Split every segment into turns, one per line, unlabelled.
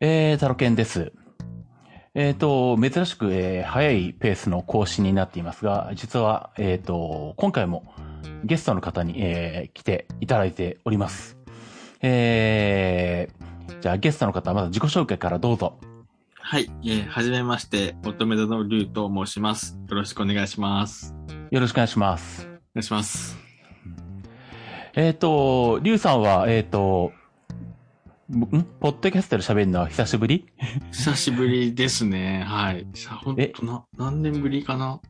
えー、タロケンです。えっ、と、珍しく、えー早いペースの更新になっていますが、実は、えっ、と、今回もゲストの方に、えー来ていただいております。えー、じゃあゲストの方、まず自己紹介からどうぞ。
はい、えー、はじめまして、乙女座の竜と申します。よろしくお願いします。お
よろしくお願いします。
願いします。
えっ、と、リュウさんは、えっ、と、んポッドキャストで喋るのは久しぶり
久しぶりですね。はい。さほん
え
とな、何年ぶりかな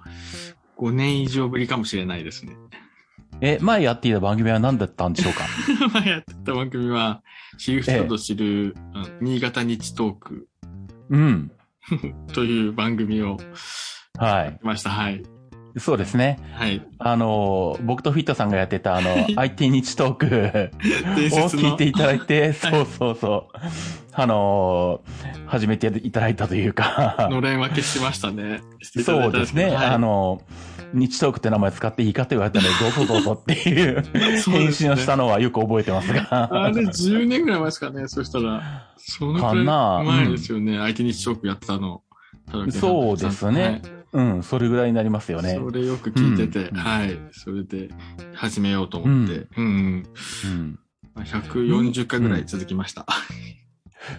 ?5 年以上ぶりかもしれないですね。
え、前やっていた番組は何だったんでしょうか
前やってた番組は、知る人ぞ知る、うん新潟日トーク
うん。
という番組を、
はい。
ました。はい。
そうですね。
はい。
あの、僕とフィットさんがやってた、あの、IT 日トーク
伝
を
説の
聞いていただいて、そうそうそう。あの、始めていただいたというか、
のれん分けしましたね。していただ
そ
いうたん
です
けど
ね。
はい
あの、日トークって名前使っていいかと言われたので、どうぞどうぞっていう
そう
返
ですね
信をしたのはよく覚えてます
あ
が。
れ10年ぐらい前ですかね、そしたら。その
か
く
な
らい前ですよね。相手にショックやってたの。田中さん
そうですね。うん、それぐらいになりますよ
はい
ね。
それよく聞いてて、
うん
はい。それで始めようと思って。うん、うん
うん
まあ140回ぐらい続きました。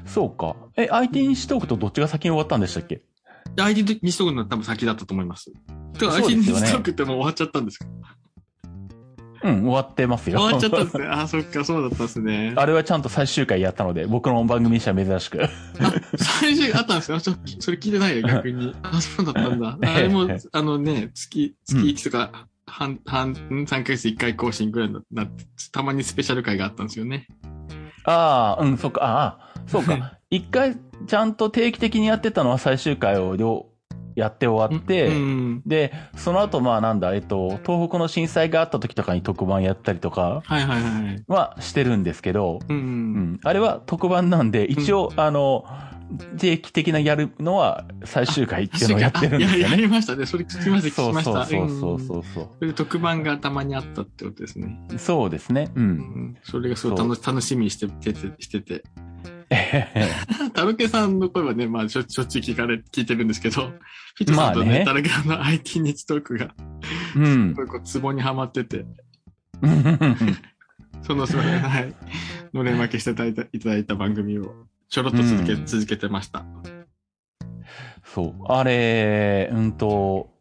そうか。え、IT 日トークとどっちが先に終わったんでしたっけ
で相手にショックの多分先だったと思います。てか、
そ
相
う
手
で
に
すよ
シ
ね
ョックってもう終わっちゃったんですか
うん、終わってます
終
よ。
わっちゃったんですね。あ、そっか、そうだったんです ね。
あれはちゃんと最終回やったので、僕の番組にしては珍しく。
最初あったんですよ。ちょそれ聞いてないよ、逆に。あ、そうだった んだ。あれも、あのね、月、月1とか、半、半、3ヶ月1回更新ぐらいになって、たまにスペシャル回があったんですよね。
ああ、うん、そっか、ああ、そうか。一回、ちゃんと定期的にやってたのは最終回を両やって終わって、
うん。
で、その後、まあなんだ、えっと、東北の震災があった時とかに特番やったりとか
はいはいはい。
はしてるんですけど、
う。
うんん、あれは特番なんで、一応、あの、定期的なやるのは最終回っていうのをやってるんです
あ
よ
やや
ね。
りましたね。それ聞きました、
そ
聞き
う
まし
そう
た。
そうそうそ
ん
うそ
それで特番がたまにあったってことですね。
う。そうですね。う。
うん ん。それがすごい楽し楽しみにしてて、してて。
え
タルケさんの声はね、まあ、しょしょっちゅう聞かれ、聞いてるんですけど、フィットさんと
まあね
ね、タルケさんの IT 日トークが、
えうん
す。ごいこう、ツボにはまってて、その、すごい はい、のれん負けしていただいたいただいた番組を、ちょろっと続け、
うん
続けてました。
そう。あれ、うんと、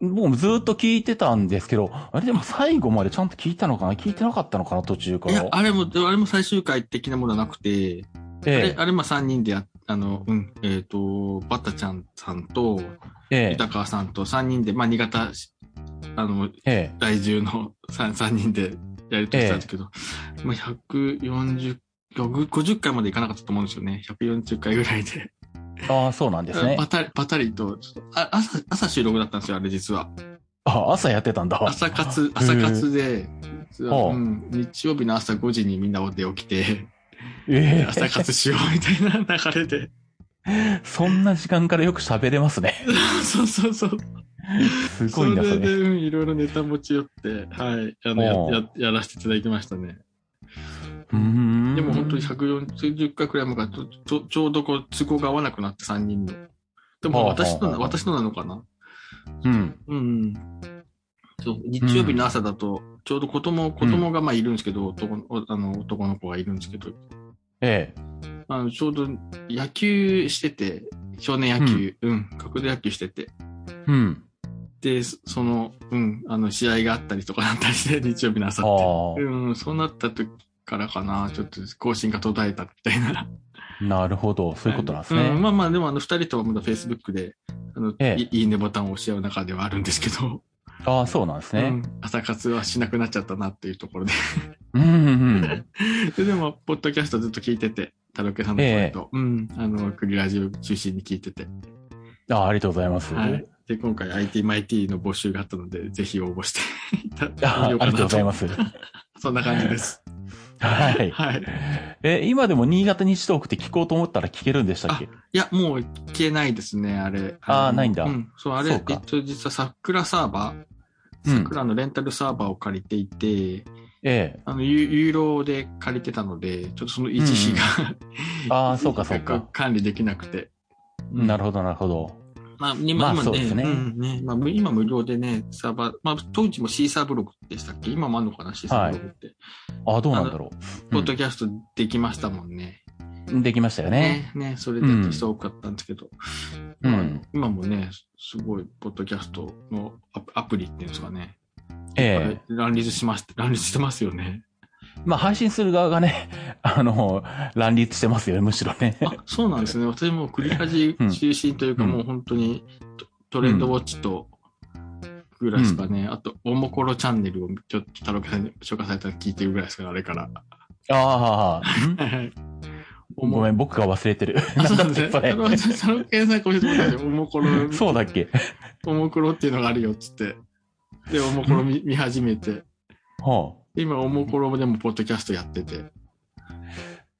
もうずっと聞いてたんですけど、あれでも最後までちゃんと聞いたのかな聞いてなかったのかな途中か
い
ら。
や、あれも、あれも最終回的なものはなくて、あれ
え、
あれ、まあ、3人でや、あの、うん、えっ、と、バタちゃんさんと、
え、ええ
豊川さんと3人で、まあ、新潟し、あの、
え
来住の 3, 三人でやりとりしたんですけど、まあ、140、50回までいかなかったと思うんですよね。140回ぐらいで。
え。ああ、そうなんですね
パ。タリ、パタリと、ちょっとあ朝、朝収録だったんですよ、あれ実は。
あ、朝やってたんだ。
朝
へ
活、
ー
朝活で、実は
ほう
うん、日曜日の朝5時にみんなで起きて、
え
朝
え。
活しようみたいな流れで。
そんな時間からよく喋れますね。
そうそうそう。
すごいな、そ
れで、
れ。
うん、いろいろネタ持ち寄って、はい、あ
ほ
の、
う
や、や、やらせていただきましたね。
うん。
でも本当に140回くらい前からちょ、ちょ、ちょうどこう、都合が合わなくなって3人の。で
ほう
も
ほうほう
私のな、私のなのかな
うん。
うん。そう、日曜日の朝だと、ちょうど子供、子供がまあいるんですけど、男のおあの男の子がいるんですけど、
ええ。
あのちょうど野球してて、少年野球、うん、角度野球してて、
うん。
で、そその、うん、あの、試合があったりとかなったりして、 日曜日の朝
あ
って。
あ。
うん、そうなった時からかな、ちょっと更新が途絶えたみたいな。
なるほど。そういうことなんです
うん、
ね。
まあまあ、でもあの、二人とはまだ Facebook で、あの、
ええ
いいいねボタンを押し合う中ではあるんですけど、
ああ、そうなんです
う
ね。
ん、朝活はしなくなっちゃったなっていうところで
うんうん
ででも、ポッドキャストずっと聞いてて、太郎家さんの声と、うん、あの、クリラジオ中心に聞いてて、
うん。ああ、ありがとうございます。
はい。で、今回 ITMIT の募集があったので、ぜひ応募していた
ああ
だ。
りがとうございますす。
そんな感じです。
はい。
はい。
え、今でも新潟西トークって聞こうと思ったら聞けるんでしたっけ
いや、もう消えないですね、あれ。
あー
の
ないんだ
うん、そう、あれ、
そ
え
うか
っと、実は桜サーバー、
うん
桜のレンタルサーバーを借りていて、
ええ。
あのユ、ユーロで借りてたので、ちょっとその一時が、
ああ、そうかそうか。
管理で きなくて。
なる
ほ
ほど、なるほど。
ど。まあ、今、
まあ
今
そうですね
んねまあ、む今無料でね、サーバー、まあ、当時もシーサーブログでしたっけ今もあるのかな、シーサーブログって。
ああ、どうなんだろ
ポッドキャストできましたもんね。
う。できましたよね。
ね、ね、それでやった人多かったんですけど、
うん
まあ今もね、すごい、ポッドキャストのアプアプリっていうんですかね。
ええ。
乱立します、乱立してますよね。
まあ、配信する側がね、 あの、乱立してますよね、むしろね。
あ、そうなんですね。私も繰り恥中心というか、
うん
もう本当にトトレンドウォッチと、ぐらいですかね。あと、おもころチャンネルをちょっと太郎さんに紹介されたの聞いてるぐらいですから、あれか ら。
ああ、ん
お
ごめ
ん。
ん、僕が忘れてる。
あ、そう
な
なんん
だっ
で
けそ
すね。太
れ。
郎さん、太郎健さんかもしれないですよおもころ、
そうだっけ
おもころっていうのがあるよっつって。で、おもころ見見始めて。
は
今、おもころでもポッドキャストやってて。
あ。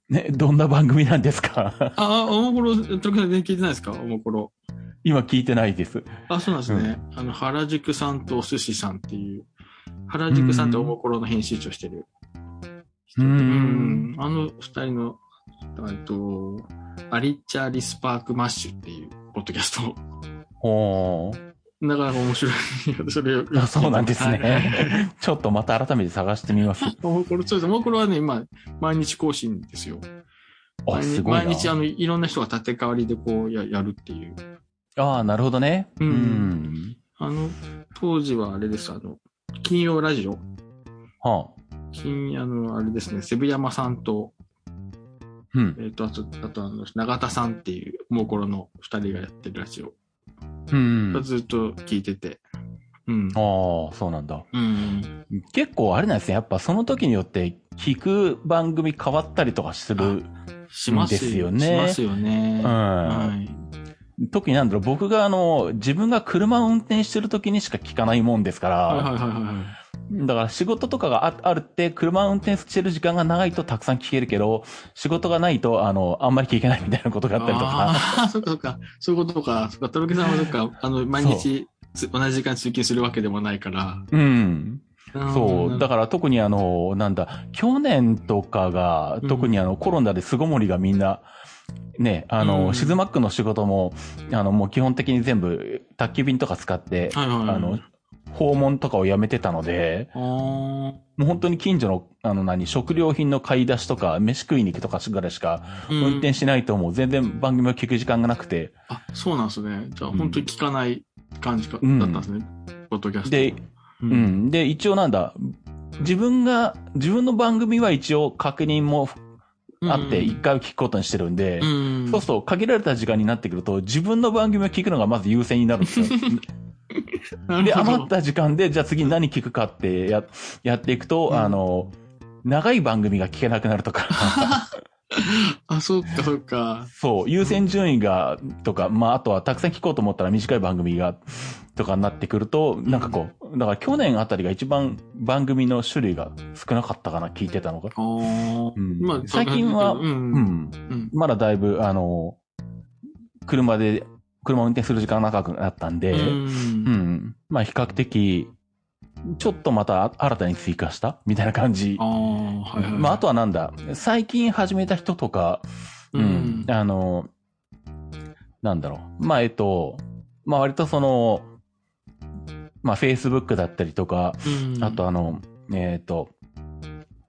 ね、どんな番組なんですか
あ、あおもころ、太郎さん全然聞いてないですかおもころ。
今聞いてないです。
あ、そうなんですね。あの、原宿さんとお寿司さんっていう、原宿さんっておもころの編集長してる人
う
で。
ん
うんあの二人の、えっと、アリッチャーリスパークマッシュっていう、ポッドキャスト。
ほう。
なかなか面白い。それよ
あそうなんです
はい
ね。 ちょっとまた改めて探してみます。
おもころ、そうです。おもころはね、今、毎日更新ですよ。
あ、
毎日
すごいな。
毎日、あの、いろんな人が立て替わりでこうや、やるっていう。
ああ、なるほどね。
うん
ん。
あの、当時はあれです、あの、金曜ラジオ。
はあ。
金、あの、あれですね、セブヤマさんと、
うん。
えっ、と、あと、あとあの、永田さんっていう、もうころの二人がやってるラジオ。
うん。あ
ずっと聞いてて。うん。
あ、そうなんだ。
うん。
結構あれなんですね。やっぱその時によって聞く番組変わったりとかする。
します
ですよね
しますよね。
うん。
はい。
特になんだろう、僕があの、自分が車を運転してる時にしか聞かないもんですから、
はいはいはいはい。
だから仕事とかがああるって、車を運転してる時間が長いとたくさん聞けるけど、仕事がないと、あの、あんまり聞けないみたいなことがあったりとか、
ああ、そっかそっか。そういうことか。そっか、とろけさんはそっか、あの、毎日つ同じ時間通勤するわけでもないから。
うん。そう。だ
か
から特にあの、なんだ、去年とかが
う、ん
特にあの、コロナで巣ごもりがみんな、ね、あの、
うん
シズマックの仕事も、あの、もう基本的に全部、宅急便とか使って、
はいはいはい。
あの、訪問とかをやめてたので、
あ
もう本当に近所の、あの何、食料品の買い出しとか、飯食いに行くとかぐらいしか、
ー、うん
運転しないともう全然番組を聞く時間がなくて、
あ、そうなんですね。じゃあ、
うん
本当に聞かない感じか、
うん
だったんですね。ポッドキャスト。
で、う。
う
ん。で、一応なんだ、自分が、自分の番組は一応確認もあって、一回は聞くことにしてるんで、
うん。
そうすると限られた時間になってくると、自分の番組を聞くのがまず優先になるん ですよ。
なる
で、
ほど
余った時間で、じゃあ次何聞くかってや、やっていくと、
うん
あの、長い番組が聞けなくなるとか、
あ、そっかそっか。
そう、優先順位が、とか、まあ、あとはたくさん聞こうと思ったら短い番組が、とかになってくると、なんかこう、だから去年あたりが一番番組の種類が少なかったかな、聞いてたのが。
あー
うん
まあ
最近は
うん。
う
うん
ん。
うん。
まだだいぶ、あの、車で、車を運転する時間が長くなったんで、
うん
うん。まあ比較的、ちょっとまた新たに追加したみたいな感じ
あ。あ、はいはい。
まああとはなんだ、最近始めた人とか、
う
うん
ん。。
あの、なんだろう。まあえっと、まあ割とその、まあ Facebook だったりとか、
うん
あと、あの、えっと、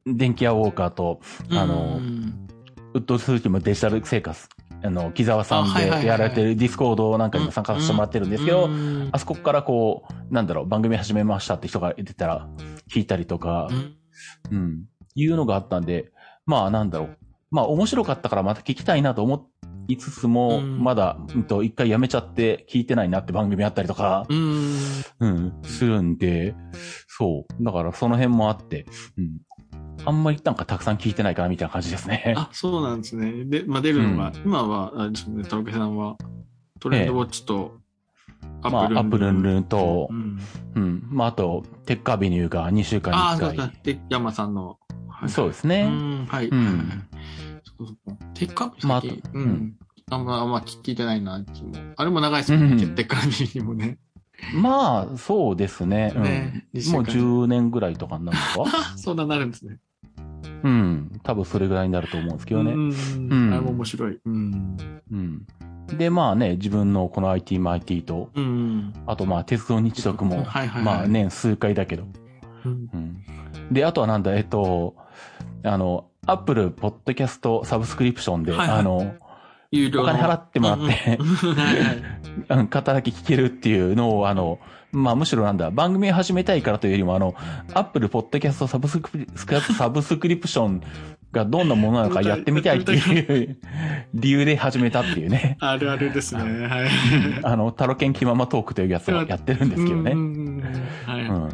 電気屋ウォーカーと、あの
うん
ウッドスーキもデジタル生活、あの、木沢さん
あはいはいはいは
で
い
やられてるディスコードなんかにも参加してもらってるんですけど、
うん
あそこからこう、なんだろう、番組始めましたって人が出たら、聞いたりとか
う、ん
うん、いうのがあったんで、まあなんだろう、まあ面白かったからまた聞きたいなと思いつつも、
うん
まだ、うんと、一回やめちゃって聞いてないなって番組あったりとか、
うん。
うん、するんで、そう。だからその辺もあって、うん。あんまりなんかたくさん聞いてないかなみたいな感じですね。
あ、そうなんですね。で、まあ、出るのが、今は、あれですね、田中さんは、トレンドウォッチと、ア
まあ、アップルンルンと
う、ん
うん。まあ、あと、テックアビニューが2週間に
ああ、
1
そう
回。
だ。で、山さんの。はい
そうです
う
ね。
ん、はい。
うん
そうそうテッカー
まあ
最近
あと
う
うん
ん。あんま、あんま聞いてないな、うちもあれも長いです
う
もん
ん
ね。テッカービーにもね。
まあ、そうですね。うん
ね二週
もう
間
10年ぐらいとかになるの か
そんななるんですね。
うん。多分それぐらいになると思うんですけどね。
うん。あれも面白い。うん。
うん。で、まあね、自分のこの IT も IT と、
うん。
あとまあ、鉄道日特も、
はいはいはい。
まあ。年数回だけど。
うん、
うん。で、あとはなんだ、えっと、あの、アップルポッドキャストサブスクリプションで、
はいはい
あの、
有料
お金払ってもらって、
うんはいはい。
あの肩だけ聞けるっていうのを、あの、まあ、むしろなんだ、番組を始めたいからというよりも、あの、アップルポッドキャストサブスクリスクサブスクリプションがどんなものなのかやってみたいっていう 理由で始めたっていうね。
あるあるですね。はい。
あの、タロケン気ままトークというやつをやってるんですけどね
う。んは
う
い。
ん。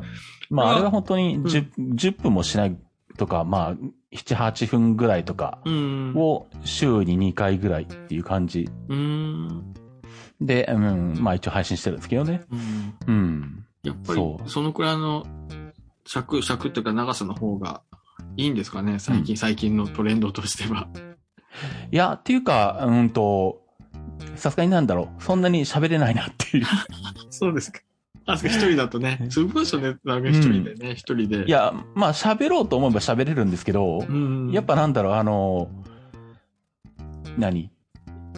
まあ、あれは本当に
ん
10,、10分もしないとか、まあ、7、8分ぐらいとか
うん。
を週に2回ぐらいっていう感じ
うん。
で、うん、まあ一応配信してるんですけどね。
う
う
ん
ん。
やっぱり
そ、う
そのくらいの尺、尺っていうか長さの方がいいんですかね。最近、最近のトレンドとしては。
いや、っていうか、うんと、さすがになんだろう。そんなに喋れないなって いう。
そうですか。あ、そうか一人だとね。すごいですよね。なんか一人でね、一人で。
い、や、まあ喋ろうと思えば喋れるんですけど、
うん。
やっぱなんだろう、あの、何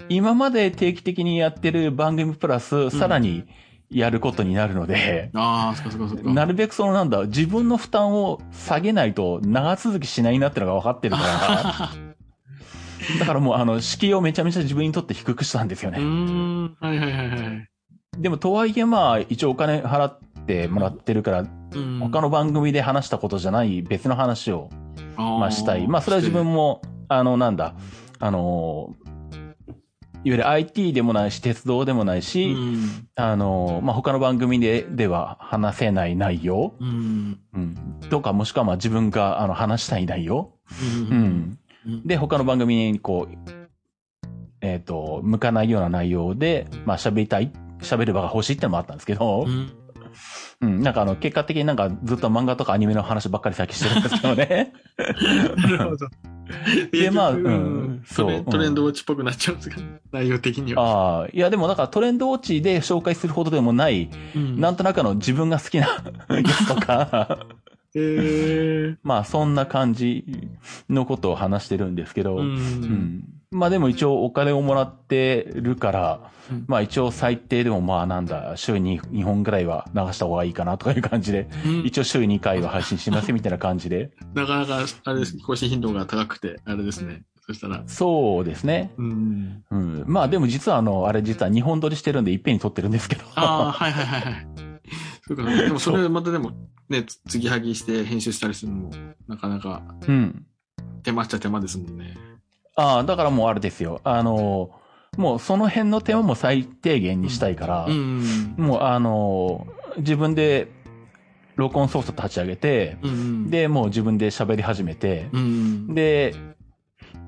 今まで定期的にやってる番組プラス、さらにやることになるので、
ああ、そっかそっかそっか。
なるべくそのなんだ、自分の負担を下げないと長続きしないなってのが分かってるから、 だからもうあの、敷居をめちゃめちゃ自分にとって低くしたんですよ
うー
ね。
ん。はいはいはいはい。
でもとはいえまあ、一応お金払ってもらってるから、
うん
他の番組で話したことじゃない別の話を、
あー
まあしたい。まあそれは自分も、あの、なんだ、あの、いわゆる IT でもないし、鉄道でもない
うん
し、あの、まあ他の番組で、では話せない内容、
うん。
うん。とか、もしくはまあ自分があの話したい内容。
う。
うんん。で、他の番組にこう、えっ、と、向かないような内容で、まあ喋りたい、喋る場が欲しいってのもあったんですけど
う、ん、
うん。なんかあの、結果的になんかずっと漫画とかアニメの話ばっかり先してるんですけどね。
なる ほど。
でまあ
結局
うん
トレ
そう
トレンドウォッチっぽくなっちゃうんですか、内容的には。
ああ、いやでもなんかトレンドウォッチで紹介するほどでもない、
うん
なんとなくあの自分が好きな やつと か、
えー
まあそんな感じのことを話してるんですけど、
うん
うんまあでも一応お金をもらってるから、
うん
まあ一応最低でもまあなんだ、週に2本ぐらいは流した方がいいかなとかいう感じで、
うん
一応週2回は配信しますみたいな感じで。
なかなか、あれです、更新頻度が高くて、あれですね。そしたら。
そうですね。
うん。
うん。まあでも実はあの、あれ実は2本撮りしてるんでいっぺんに撮ってるんですけど。
ああ、はいはいはいはい。そ うか、でもそれまたでも、ね、つ継ぎはぎして編集したりするのも、なかなか
うん。
手間っちゃ手間ですもんね。
ああ、だからもうあれですよ。あの、もうその辺の手間も最低限にしたいから、
うん。
もうあの、自分で録音ソフト立ち上げて、
うん。、
で、もう自分で喋り始めて、
うん。
で、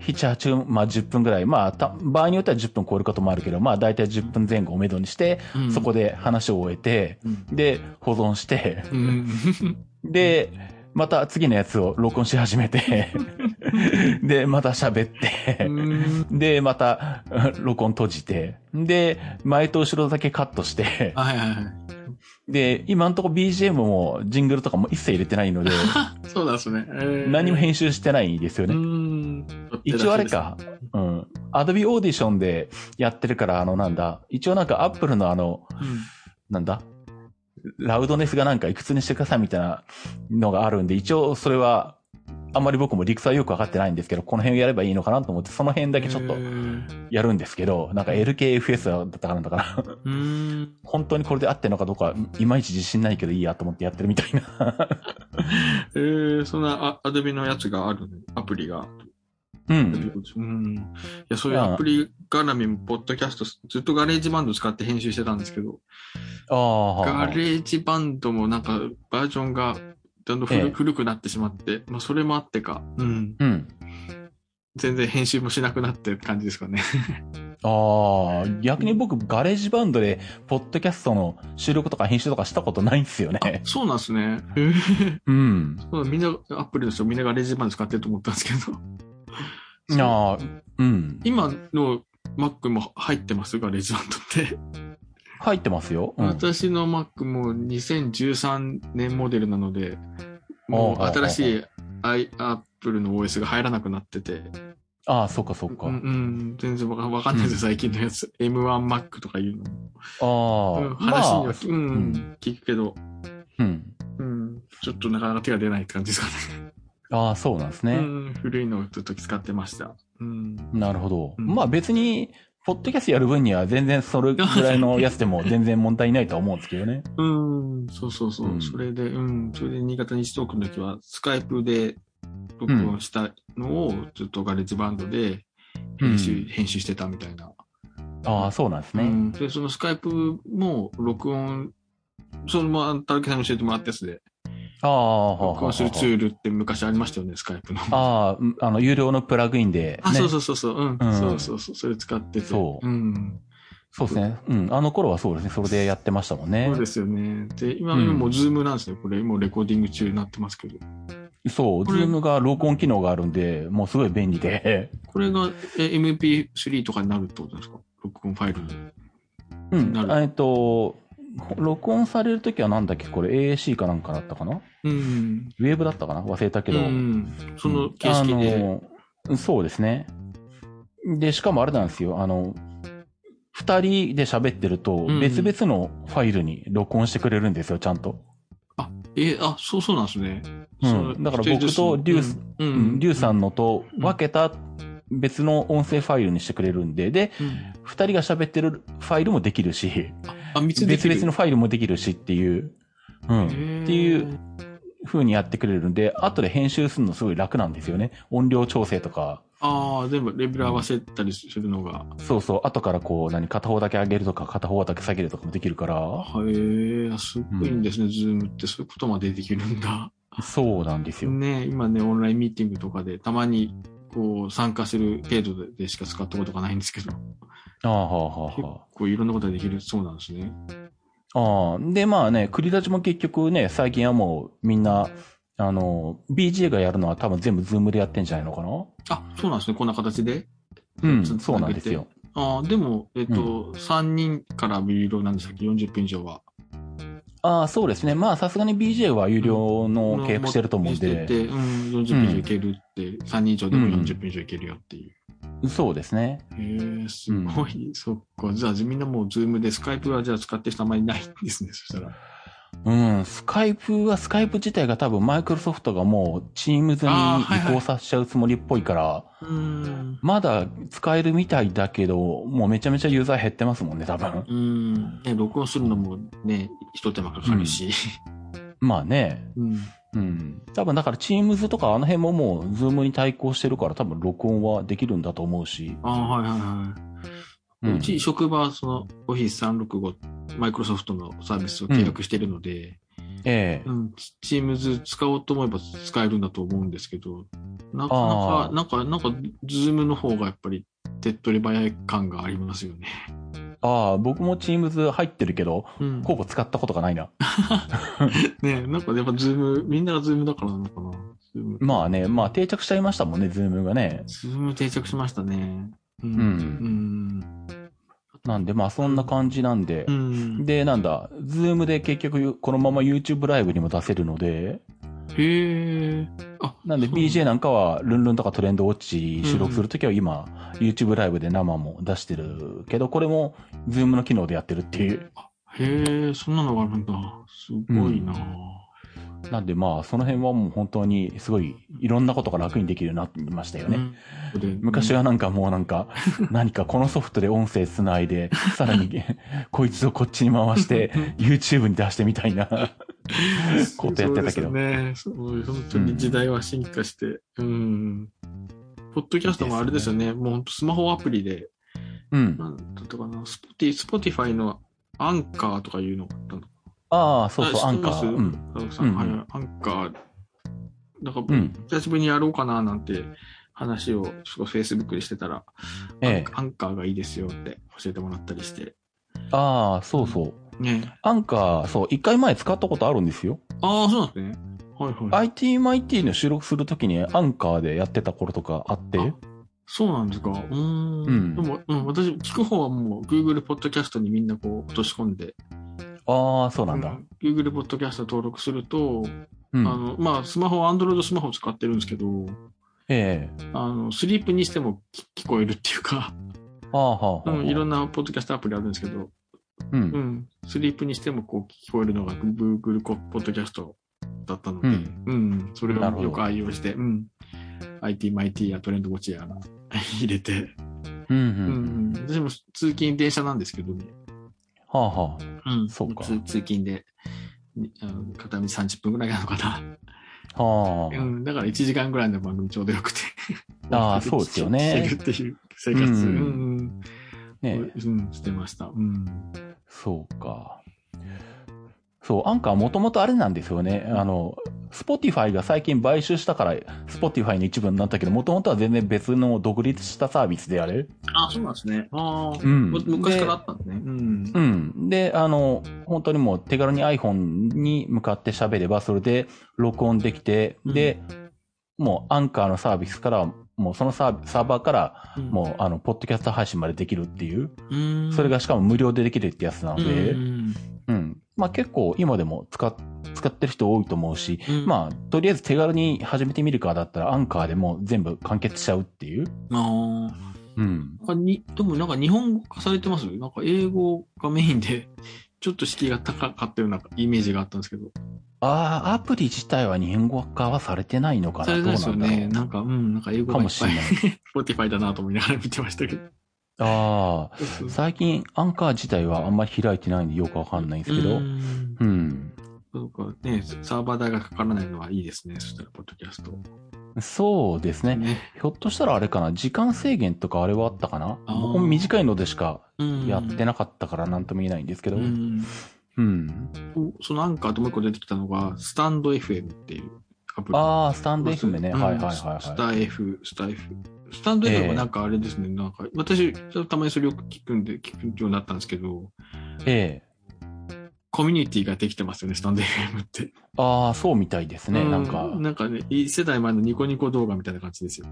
7、8分、まあ10分ぐらい、まあた、場合によっては10分超えることもあるけど、まあ大体10分前後をめどにして、
うん
そこで話を終えて、
うん。
で、保存して、
うん。
で、また次のやつを録音し始めて、で、また喋って、
うん
で、また、 うん録音閉じて、で、前と後ろだけカットして、
はいはいはい。
で、今んとこ BGM もジングルとかも一切入れてないの で、
そうなんですね。えー
何も編集してないんですよね
う。ん。
一応あれ。か、うん。アドビオーディションでやってるから、あの、なんだ、一応なんかアップルのあの、
うん
なんだ、ラウドネスがなんかいくつにしてくださいみたいなのがあるんで、一応それは、あんまり僕も理屈はよくわかってないんですけど、この辺をやればいいのかなと思って、その辺だけちょっと
えー
やるんですけど、なんか LKFS だったかなんだから
うん。
本当にこれで合ってるのかどうか、いまいち自信ないけどいいやと思ってやってるみたい な。
えー、そんなアアドビのやつがあるねアプリが。
う
とい
ん。
うことですうん。いや、そういうアプリ絡みも、ポッドキャスト、ずっとガレージバンド使って編集してたんですけど、
ああ。
ガレージバンドもなんかバージョンがだんだん古,、
ええ
古くなってしまって、まあそれもあってか、うん。
うん。
全然編集もしなくなってる感じですかね。
ああ、逆に僕、ガレージバンドで、ポッドキャストの収録とか編集とかしたことないんですよね。
そうなんですね。えー
うん。
そうみんな、アプリの人みんなガレージバンド使ってると思ったんですけど。
ああ、うん。
今の Mac も入ってますガレージバンドって。
入ってますよ。うん、
私の Mac も2013年モデルなので、もう新しい i- Apple の OS が入らなくなってて、
ああ、そっかそっか。
うんうん、全然わかわかんないですよ、最近のやつ。M1Mac とかいうのも。
ああ、
うん話に
ま
は
あ
き、うん
う
聞くけど、
うん。
うん、ちょっとなかなか手が出ないって感じですかね。
ああ、そうなんです
う
ね。
ん、古いのをずっと使ってました。うん、
なるほど。
うん
まあ別に、ポッドキャストやる分には全然それぐらいのやつでも全然問題ないとは思うんですけどね。
うん、そうそうそう。
うん
それで、うん、それで新潟西トークの時は、スカイプで録音したのをずっとガレージバンドで編集、
うん
編集してたみたいな。
ああ、そうなんです
う
ね。
んで、そのスカイプも録音、そのまま、たるきさんに教えてもらったやつで、
ああ、はあ
録
はあ
音するツールって昔ありましたよね、スカイプの。あ、
ああうん、あの、有料のプラグインで、ね。
そうそうそうそう、うん、
うん
そうそうそう、それ使ってて。
そう
うん。
そうですね。うん。あの頃はそうですね。それでやってましたもんね
そう。ですよね。で、今、
うん
今もうズームなんですね。これ、もうレコーディング中になってますけど。
そう。
こ
ズ
れ
ームが録音機能があるんで、もうすごい便利で。
これがえ MP3 とかになるってことですか録音ファイルに。
うん
なる。ほど
えっと、録音されるときはなんだっけこれ AAC かなんかだったかな
うん。
ウェーブだったかな忘れたけ
け
ど。
その形式で。
あのそうですね。で、しかもあれなんですよ。あの、二人で喋ってると
ん、
別々のファイルに録音してくれるんですよ、ちゃんと。
え、あ、そうそうなんですね。
うん
その
だから僕とリュウス、
うん。
う、
うんん
リュウさんのと
うん
分けた別の音声ファイルにしてくれるんで、で、
うん
二人が喋ってるファイルもできるし、
あ、三つで
別
きる
々のファイルもできるしっていう、うん、っていう。風にやってくれるんで、後で編集するのすごい楽なんですよね。音量調整とか。
ああ、全部レベル合わせたりするのが。
そうそう、後からこう、何、片方だけ上げるとか、片方だけ下げるとかもできるから、
へえ、あすごいんですね、ズームって。そういうことまでできるんだ。
そうなんですよ。
ね今ね、オンラインミーティングとかで、たまに、こう、参加する程度でしか使ったことがないんですけど、
ああ、はあ、はあ、
結
は
構いろんなことができるそうなんですね。
あ。ああ、で、まあね、繰り立ちも結局ね、最近はもうみんな、あの、BJ がやるのは多分全部ズームでやってんじゃないのかな
あ、そうなんですね。こんな形で。
うん、
つなげて
そうなんですよ。
あーでも、えっと、三3人から有料なんでしたっけ ?40 分以上は。
ああ、そうですね。まあ、さすがに BJ は有料の契約してると思うん
して
で、
てうん、40分以上いけるって、3人以上でも40分以上いけるよっていう。
そうですね。
へえ、すごい、そっか。じゃあ、みんなもう、ズームで、スカイプはじゃあ使ってる人あんまりないんですね、そしたら。
うん、スカイプは、スカイプ自体が多分マイクロソフトがもう Teams
あー
に
はいはい
移行させちゃうつもりっぽいから、
うん。
まだ使えるみたいだけど、もうめちゃめちゃユーザー減ってますもんね、多分。
うん。ね、録音するのもね、一手間かかるし。
まあね。
うん。
うん。多分だから Teams とかあの辺ももう Zoom に対抗してるから多分録音はできるんだと思うし。
ああ、はいはいはい。う
うん、
ち、職場は、その、オフィス365、マイクロソフトのサービスを契約してるので、
ええ
うん、チームズ使おうと思えば使えるんだと思うんですけど、なか
あー
なか、なんか、なんか、ズームの方がやっぱり手っ取り早い感がありますよね。
ああ、僕も Teams 入ってるけど、
うん。
ほぼ使ったことがないな。
ねなんかやっぱズーム、みんながズームだからなのかな。ズーム。
まあね、まあ定着しちゃいましたもんね、Zoom がね。
ズーム定着しましたね。う。
うん。
うんん。
なんでまあそんな感じなんで
う。ん。
で、なんだ、Zoom で結局このまま YouTube ライブにも出せるので、
へえ。あ、
なんで
そう
BJ なんかは、ルンルンとかトレンドウォッチ収録するときは今、YouTube ライブで生も出してるけど、これも Zoom の機能でやってるっていう。
へえ、そんなのがあるんだ。すごいな、
なんでまあ、その辺はもう本当にすごい、いろんなことが楽にできるようになってましたよね。
うんで
昔はなんかもうなんか、何かこのソフトで音声つないで、さら にこいつをこっちに回して、YouTube に出してみたいな。 ことやってたけど
そうですね。そう本当に時代は進化して。うん。ポッドキャストもあれですよね。もう本当スマホアプリで、
うん。
なんだったかな、スポティ、スポティファイのアンカーとかいうのがあったの。
ああ、そうそう、
あ
ア
知
ン
って
カ
ます
ー。うん。
佐々木さん
うん
はいはいアンカー。なんか、
うん。
久しぶりにやろうかななんて話を、すごい Facebook でしてたら、
ええ
アンアンカーがいいですよって教えてもらったりして。
ああ、そうそう。
ね。
アンカー、そう、一回前使ったことあるんですよ。
ああ、そうなんですね。はいはい。
ITMIT の収録するときにアンカーでやってた頃とかあって、
あそうなんですか。うーん,、
うん
でも、うん、私、聞く方はもう Google ポッドキャストにみんなこう落とし込んで、
ああ、そうなんだ。
うん Google ポッドキャスト登録すると、
う
あ
ん。
の、まあ、スマホ、Android スマホ使ってるんですけど、
ええ
あの、スリープにしても聞聞こえるっていうか、
ああ、はあはあ。
うん、いろん
な。
なポッドキャストアプリあるんですけど、
う。
うんん、スリープにしてもこう聞こえるのが Google ポッドキャストだったので、
う
うん
ん、
それを
なるほど
よく愛用して、うん、IT、MIT やトレンドウォッチやな入れて、
うん。う
う
ん。
ん私も通勤電車なんですけどね、
はあは
うん、
そうか
通通勤で、にあの片道30分ぐらいなのかな、
あ。はあ。。
うん、だから1時間ぐらいの番組ちょうどよくて
あーそうですよね
聞けるっていう生活、
うん
うんうん
ねえ
うんしてました。うん
そうか。そう、アンカーもともとあれなんですよね。あの、スポティファイが最近買収したから、スポティファイの一部になったけど、もともとは全然別の独立したサービスであれ
あ、そうなんですね。ああ、
うん
む昔からあったんですね。うん
う。ん。で、あの、本当にもう手軽に iPhone に向かって喋れば、それで録音できて、
うん
で、もうアンカーのサービスから、もうそのサーサーバーから、
う
もうあの、ポッドキャスト配信までできるっていう、
ん、
それがしかも無料でできるってやつなの
うん、
で、うん。まあ結構今でも使っ使ってる人多いと思うし、
あ、
まあとりあえず手軽に始めてみるかだったらアンカーでもう全部完結しちゃうっていう。
あ
うん。
あ、に、でもなんか日本語化されてますなんか英語がメインで、ちょっと敷居が高かったようなイメージがあったんですけど。
ああ、アプリ自体は日本語化はされてないのかな。
されてないですよね。
どう
なんか、うん、なんか英
な
語
んだろうか
がい
も
っ
し
ぱ
れ
い
ない。
Spotify だなと思いながら見てました けど。
ああ、
そう
最近アンカー自体はあんまり開いてないんでよくわかんないんですけど。うん。
んそうか、ね、サーバー代がかからないのはいいですね。そしたら、ポッドキャスト。
そうですね。
ね。
ひょっとしたらあれかな、時間制限とかあれはあったかな
あー
僕も短いのでしかやって
な
なかったからなんとも言えないんですけど。
うん。
うん
そのアンカーともう一個出てきたのが、スタンド FM っていうアプリ。
ああ、スタンド FM ね。
うん
はいはいはい
ス
は
タ F、スタ F。スタンド F はなんかあれですね、なんか、私、たまにそれよく聞くんで、聞くようになったんですけど、
い。ええ
コミュニティができてますよね、スタンド FM って。
ああ、そうみたいですね。
う
なんか、
なんかね、一世代前のニコニコ動画みたいな感じですよ。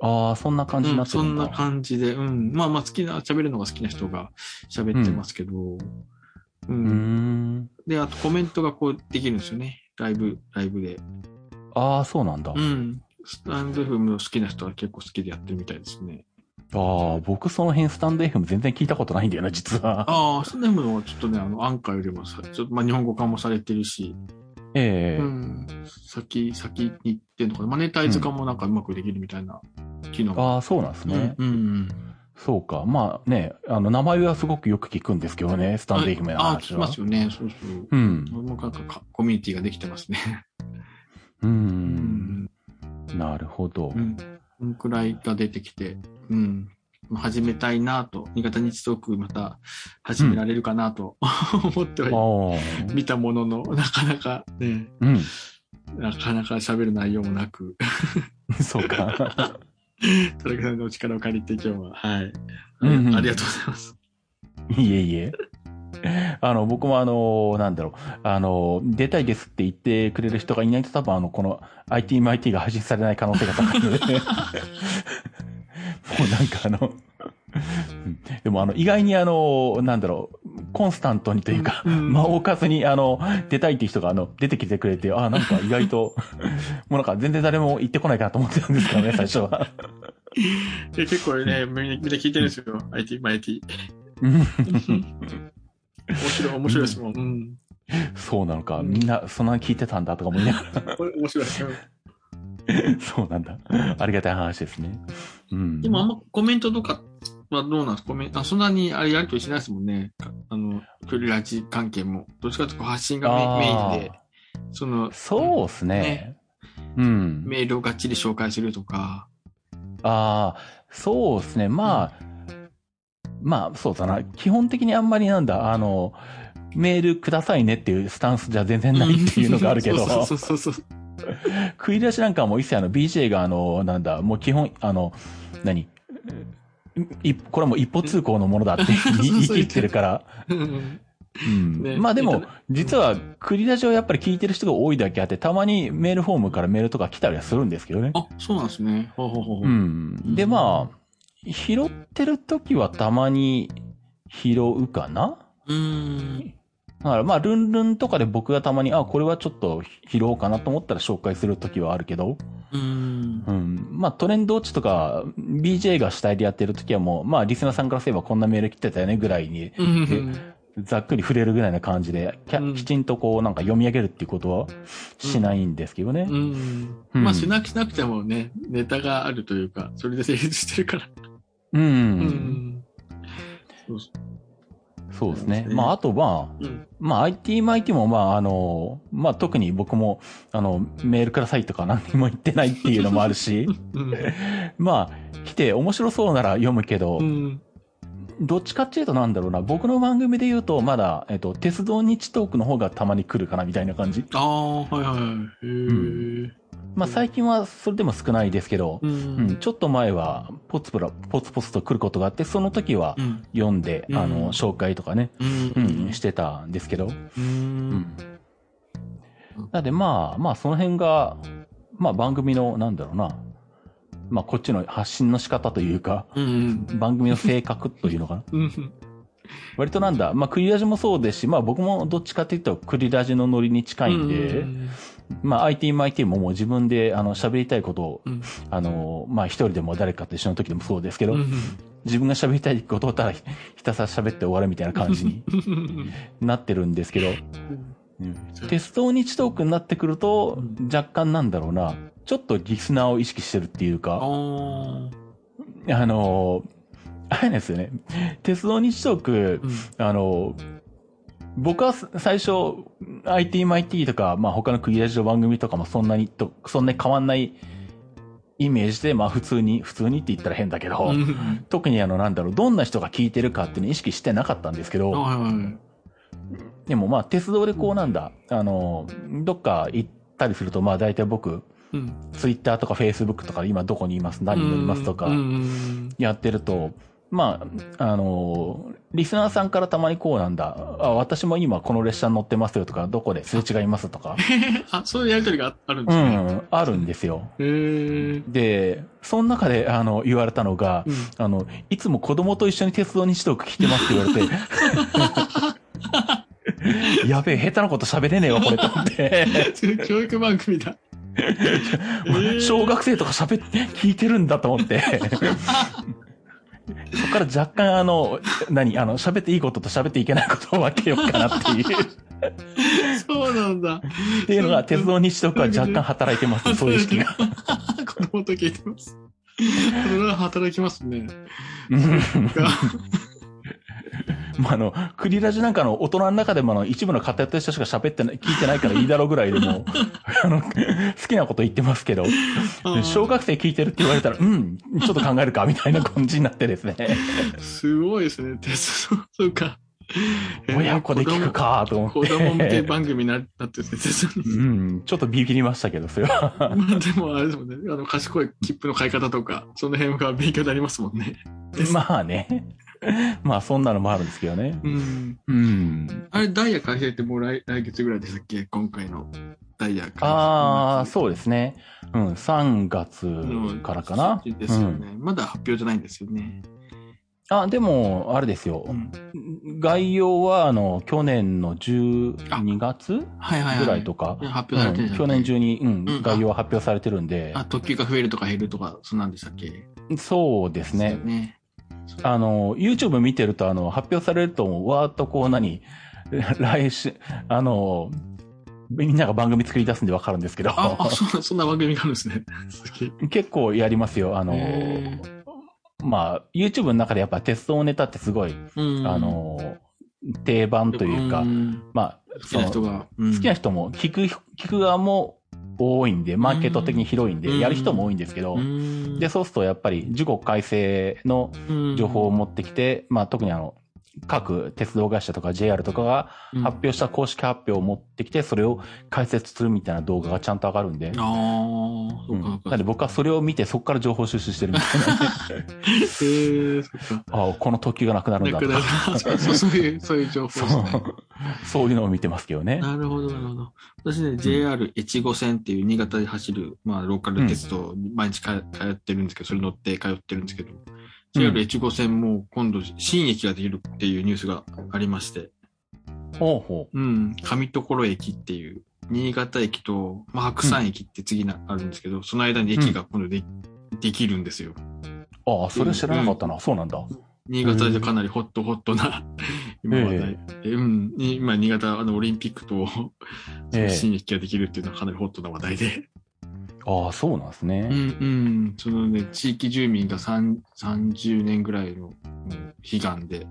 ああ、そんな感じに
う、
なんって
そ
る
ん
んだ。
な感じで、うん。まあまあ、好きな、喋るのが好きな人が喋ってますけど、う
うー
ん。
ん。
で、あとコメントがこうできるんですよね。ライブ、ライブで。
ああ、そうなんだ。
う
あ
ん。スタンド FM の好きな人は結構好きでやってるみたいですね。
あ、僕その辺スタンド FM 全然聞いたことないんだよな、実は。
ああ、スネムはちょっとね、あの、アンカーよりもさ、ちょっと、まあ、日本語化もされてるし、
ええ
うん、先、先に行ってんのかな。マネタイズ化もなんかうまくできるみたいな機能が。
ああ、そうなんですね。
うん、うん。
そうか。まあね、あの、名前はすごくよく聞くんですけどね、スタンド FM の
ああ、聞
話
き
は
ま。すよね。そうそう。
う
俺
ん。
もなんかかコミュニティができてますね。
う。。
うん
なるほど
う。ん。こんくらいが出てきて、うん。始めたいなと、新潟日トークまた始められるかなと思って
ああ
は
ー。
見たものの、なかなかね、
うん。
なかなか喋る内容もなく、
そうか。
田中さんのお力を借りて今日は、はい。
うんうん
ありがとうございます。
いえいえ。あの、僕もあの、なんだろう、あの、出たいですって言ってくれる人がいないと多分あの、この ITMIT が配信されない可能性が高いので。 もうなんかあの、うんでもあの、意外にあの、なんだろう、コンスタントにというか、
うん
間を置かずにあの、出たいっていう人があの、出てきてくれて、ああ、なんか意外と、もうなんか全然誰も言ってこないかなと思ってたんですけどね、最初は。
いや結構ね、みんなみんな聞いてるんですよ。IT、まあ IT。
うん
面白い、面白いですもん。うん。
そうなのか、みんなそんなに聞いてたんだとか思いながら。
これ面白いですよ。
そうなんだ。ありがたい話ですね。うん。
でもあんまコメントとかはどうなんですかコメント、あ、そんなにあれやりとりしないですもんね。かあの、クリラジ関係も。どっちかというと発信がメイ
あー
メインで、その、
そうっすね。
ね
うん。
メールをがっちり紹介するとか。
ああ、そうっすね。まあ、まあ、そうだな。基本的にあんまりなんだ、あの、メールくださいねっていうスタンスじゃ全然ないっていうのがあるけど、
そうそうそうそう。
食い出しなんかはもう一切あの BJ があの、なんだ、もう基本、あの、何いこれはもう一歩通行のものだって言い言い切ってるから、
うん
うん
ね
まあで
いい
も
か、
実は、クリラジオやっぱり聞いてる人が多いだけあって、たまにメールフォームからメールとか来たりはするんですけどね。
あ、そうなんですね。ほうほうほうほ
う
う。
ん。で、まあ、拾ってる時はたまに拾うかな
うーん。
だからまあ、ルンルンとかで僕がたまに、あ、これはちょっと拾おうかなと思ったら紹介する時はあるけど、
うーん。
うん。まあ、トレンドウォッチとか、BJ が主体でやってる時はもう、まあ、リスナーさんからすればこんなメール来てたよねぐらいに、
うん。
ざっくり触れるぐらいな感じで、きゃ
うん
きちんとこう、なんか読み上げるっていうことはしないんですけどね。
うん。
うん
まあ、しなくしなくてもね、ネタがあるというか、それで成立してるから。
うん。
うん。そうそう
そうですね
そうで。すね
まあ、あとまあ、
うん。
まあ、IT マイティも、まあ、あの、まあ、特に僕も、あの、メールくださいとか何にも言ってないっていうのもある し、
うん。
まあ、来て面白そうなら読むけど、
うん。
どっちかっていうとなんだろうな、僕の番組で言うと、まだ、えっと、鉄道日トークの方がたまに来るかな、みたいな感じ。
ああ、はいはい。へえ。
まあ、最近はそれでも少ないですけど、
う
うん、
ん。
ちょっと前は、ポツポラ、ポツポツと来ることがあって、その時は
うん。
読んで、
うん
あの、紹介とかね、
うん。
うん、してたんですけど、
う。
うんん。なんで、まあ、まあ、その辺が、まあ、番組の、なんだろうな、まあ、こっちの発信の仕方というか、
うん。
番組の性格というのかな。
うん。
割となんだ、まあ、クリラジもそうですし、まあ、僕もどっちかというと、クリラジのノリに近いんで、
うん
まあ、IT も IT ももう自分で、あの、喋りたいことを、
うん
あの、まあ、一人でも誰かと一緒の時でもそうですけど、
うん
自分が喋りたいことをただひひたすら喋って終わるみたいな感じになってるんですけど、テスト日トークになってくると
う、
若干なんだろうな、ちょっとリスナーを意識してるっていう
あ
か、
ー
あの、あれなんですよね。鉄道日トーク、
うん
あの、僕はす最初、IT マイ T とか、まあ他のクリラジオ番組とかもそんなにと、そんなに変わんないイメージで、まあ普通に、普通にって言ったら変だけど、
うん
特にあのなんだろう、どんな人が聞いてるかっていうのを意識してなかったんですけど、
はいはい
でもまあ鉄道でこうなんだ、あの、どっか行ったりすると、まあ大体僕、
うん
ツイッターとかフェイスブックとか今どこにいます、何に乗りますとか
うん、うん
やってると、まあ、あのーリスナーさんからたまにこうなんだ、あ、私も今この列車に乗ってますよとか、どこですれ違いますと か、
あ、そういうやりとりがあるんで
う
すね。
ん、あるんですよ。
へー
で、その中で、あの、言われたのが
う、ん
あの、いつも子供と一緒に鉄道にトーク聞いてますって言われ て、やべえ、下手なこと喋れねえわ、これ、と思って。
教育番組だ。ー
小学生とか喋って、聞いてるんだと思 って。そこから若干あの、何、あの、喋っていいことと喋っていけないことを分けようかなって いう、
そうなんだ。
っていうのが、鉄道日徳は若干働いてます、そういう意識が。
子供と聞いてます。それは働きますね。
うん
が
まああの、クリラジなんかの大人の中でもあの、一部の偏った人しか喋ってない、聞いてないからいいだろうぐらいでも、あの、好きなこと言ってますけど、小学生聞いてるって言われたら、うん、ちょっと考えるか、みたいな感じになってですね、
すごいですね。鉄道、そうか。
親子で聞くか、と思って。
子供向け番組にななってるんですね、鉄道に。
うん、ちょっとビビりましたけど、それは。
まあでもあれですもんね。あの、賢い切符の買い方とか、その辺が勉強になりますもんね。です
まあね。 まあ、そんなのもあるんですけどね。
うん。
うん。
あれ、ダイヤ改正ってもう来来月ぐらいでしたっけ今回のダイヤ改正。
ああ、そうですね。うん、3月
うん
からかな。
ですよ
うん
ね、まだ発表じゃないんですよね。
あ、でも、あれですよ。
うん
概要は、あの、去年の12月
はいはいはい。
ぐらいとか
いや。発
う
表されてる
ん
じゃん、
去年中に、うん
うん
概要は発表されてるんで
あ、、特急が増えるとか減るとか、そんなんでしたっけ
そうですね。
ね。
あの、YouTube 見てると、あの、発表されると、わーっとこう、何、 来週、あの、みんなが番組作り出すんでわかるんですけど、
あ、あそんなそんな番組があるんですね。 すげえ
結構やりますよ。あの
へ、
まあ、YouTube の中でやっぱ鉄道ネタってすごい、
うん
あの、定番というか、
ん
まあ、
好きな人が。好
好きな人も聞く、聞く側も多いんで、マーケット的に広いん
う
で、
ん
やる人も多いんですけど、
人
で、そうするとやっぱり、時刻改正の情報を持ってきて、まあ、特にあの、各鉄道会社とか JR とかが
うん
発表した公式発表を持ってきて、それを解説するみたいな動画がちゃんと上がるんで、
ああ、そううんかそうか。
なんで僕はそれを見て、そこから情報収集してるみたいな。
えー、そっか。
ああ、この特急がなくなるんだ
なく
と
な
か
る。そう そうそういう、そういう情報
そ
ですね。
うそういうのを見てますけどね。
なるほど、なるほど。私ね、JR 越後線っていう新潟で走る、まあ、ローカル鉄道、毎日か通ってるんですけど、それ乗って通ってるんですけど、JR 越後線も今度、新駅ができるっていうニュースがありまして、
ほうほ
うん、上所駅っていう、新潟駅と、まあ、白山駅って次な、あるんですけど、その間に駅が今度で,、できるんですよ。
う。ああ、それ知らなかったな。そうなんだ。
新潟でかなりホットホットな、今話題、うん、今、新潟、あの、オリンピックと、
ええ
新駅ができるっていうのはかなりホットな話題で。
ああ、そうなんです
うん
ね。
うん、そのね、地域住民が3 30年ぐらいのうん悲願で、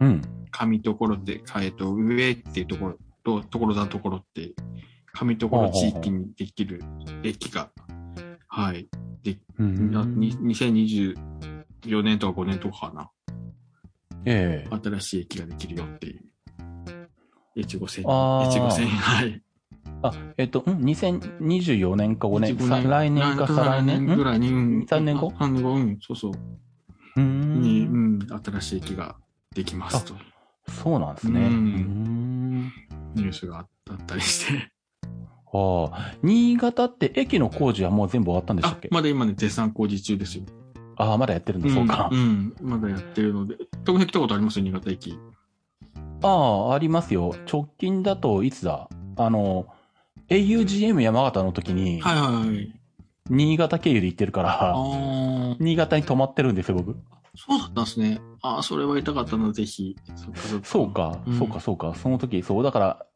うん。
上所で、えっと、上っていうところと、所沢所って、上
ほう
所
ほうほ
地
う
域にできる駅が、はい、
う
あ
ん
に。2024年とか5年とかか
ええ
な、新しい駅ができるよっていう。越後線。
あー
越後線、はい。
あ、えっと、うん、2024年か5年、
15
さ来年か再来年
来ぐ
ん
らいに、うん
二三年後
3年後、うん、そうそう。
う。
に、うんん、新しい駅ができますと。
そうなんですね。
う
うんん。
ニュースが あったりして。
ああ、新潟って駅の工事はもう全部終わったんでした
あ
っけ、
まだ今ね、絶賛工事中ですよ。
ああ、まだやってるんだ、そうか。
ん、うんまだやってるので。徳さん来たことあります新潟駅。
ああ、ありますよ。直近だといつだあの、augm 山形の時に、
はいはいはい。
新潟経由で行ってるから、
ああ、
新潟に泊まってるんですよ、僕。
そうだったんですね。ああ、それは痛かったな、ぜひ。そっかそっか
そう。か、
うん
そうか、そうか。その時、そう、だから、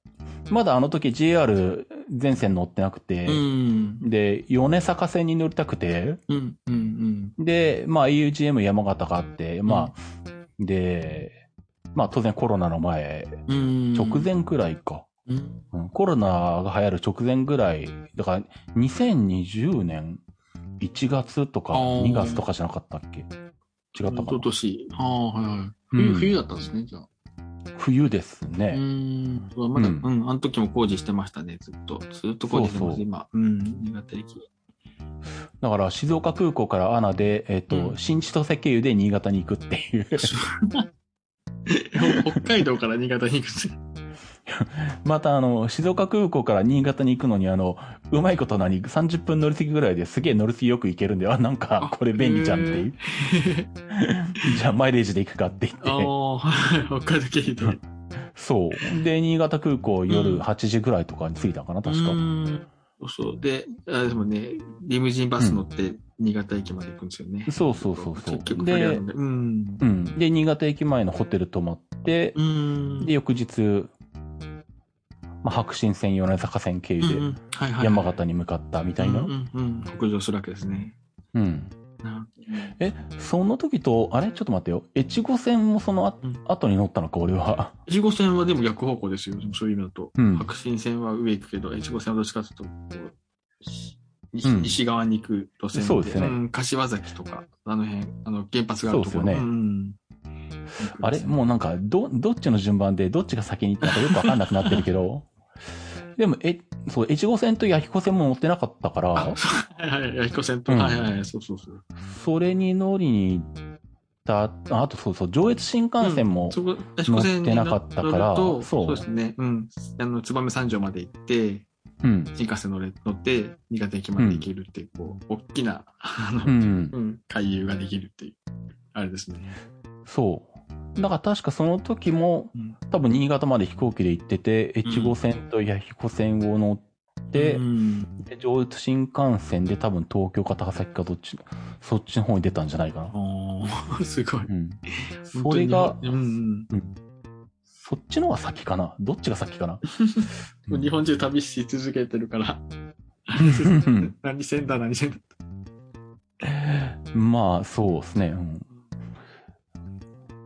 まだあの時 JR 全線乗ってなくて、
うん。
で、米坂線に乗りたくて、
うん、うん、うん。
で、まあ augm 山形があって、まあ、で、まあ当然コロナの前、
うん。
直前くらいか。
うん。
うんコロナが流行る直前ぐらい、だから2020年1月とか
あー
2月とかじゃなかったっけ違った
一
かな
昨年。ああ、はいはい。
う
冬
ん
冬だったんですね、じゃあ。
冬です
う
ね。
ん。そうまだ、う
うん
ん、あの時も工事してましたね、ずっと。ずっと工事して
そ
ま
う
す、
そう
今。うん、新潟 駅。
だから静岡空港からアナで、えっ、と、
うん
新千歳経由で新潟に行くっていう。
北海道から新潟に行く。
またあの、静岡空港から新潟に行くのにあの、うまいことなに30分乗り継ぎぐらいですげえ乗り継ぎよく行けるんで、あ、なんかこれ便利じゃんっていう。 じゃあマイレージで行くかって言って。
ああ、北海道経由で。
うんそう。で、新潟空港
うん
夜8時ぐらいとかに着いたかな、確か。
か。そうそう。で、あでもね、リムジンバス乗って新潟駅まで行くんですよね。
そうそうそうそう
結局、
で
で、うん。
うん。で、新潟駅前のホテル泊まって、
うん。
で、翌日、まあ、白新線、米坂線経
うんう
由
ん、はいは
で
い。
山形
み
に向かったみたいな。
う
うん。
うんんうん。北上するわけですね。な
え、その時と、あれちょっと待ってよ。越後線もそのあ
うん
後に乗ったのか、俺は。
越後線はでも逆方向ですよ。でもそういう意味だと。
うん
白新線は上行くけど、越後線はどっちかというとこう、西
うん
西側に行く路線で
そうですね
ん柏崎とか、あの辺、あの原発があるとこ
そ
ろ。
うですよね
ん
あれもうなんか、ど、どっちの順番で、どっちが先に行ったのかよくわかんなくなってるけ ど。でも、え、そう、越後線と八彦線も乗ってなかったか
あ
ら、
そうはいはい、八彦線と、
うん
はいはいはい、そうそうそう。
それに乗りに行った、ああとそうそう、上越新幹線も、
そこ、八彦線に
乗ってなかったから
乗るとそ
そう
うですね。うん。あの、燕三条まで行って、
うん。
新幹線乗れ乗って、新潟駅まで行けるっていう、こう、大きな、あ
う
の、
ん。
うん、回遊ができるっていう、あれですね。
そう。だから確かその時も
うん、
多分新潟まで飛行機で行ってて、越後線と八彦線を乗って、
うん
で上越新幹線で多分東京か高崎かどっち、そっちの方に出たんじゃないかな。
おーすごい。
うん。それが
本、当に日本うん
そっちの方が先かなどっちが先 かな
うん、日本中旅し続けてるから、
うん
何線だ、何線だ。
まあ、そうですね。うん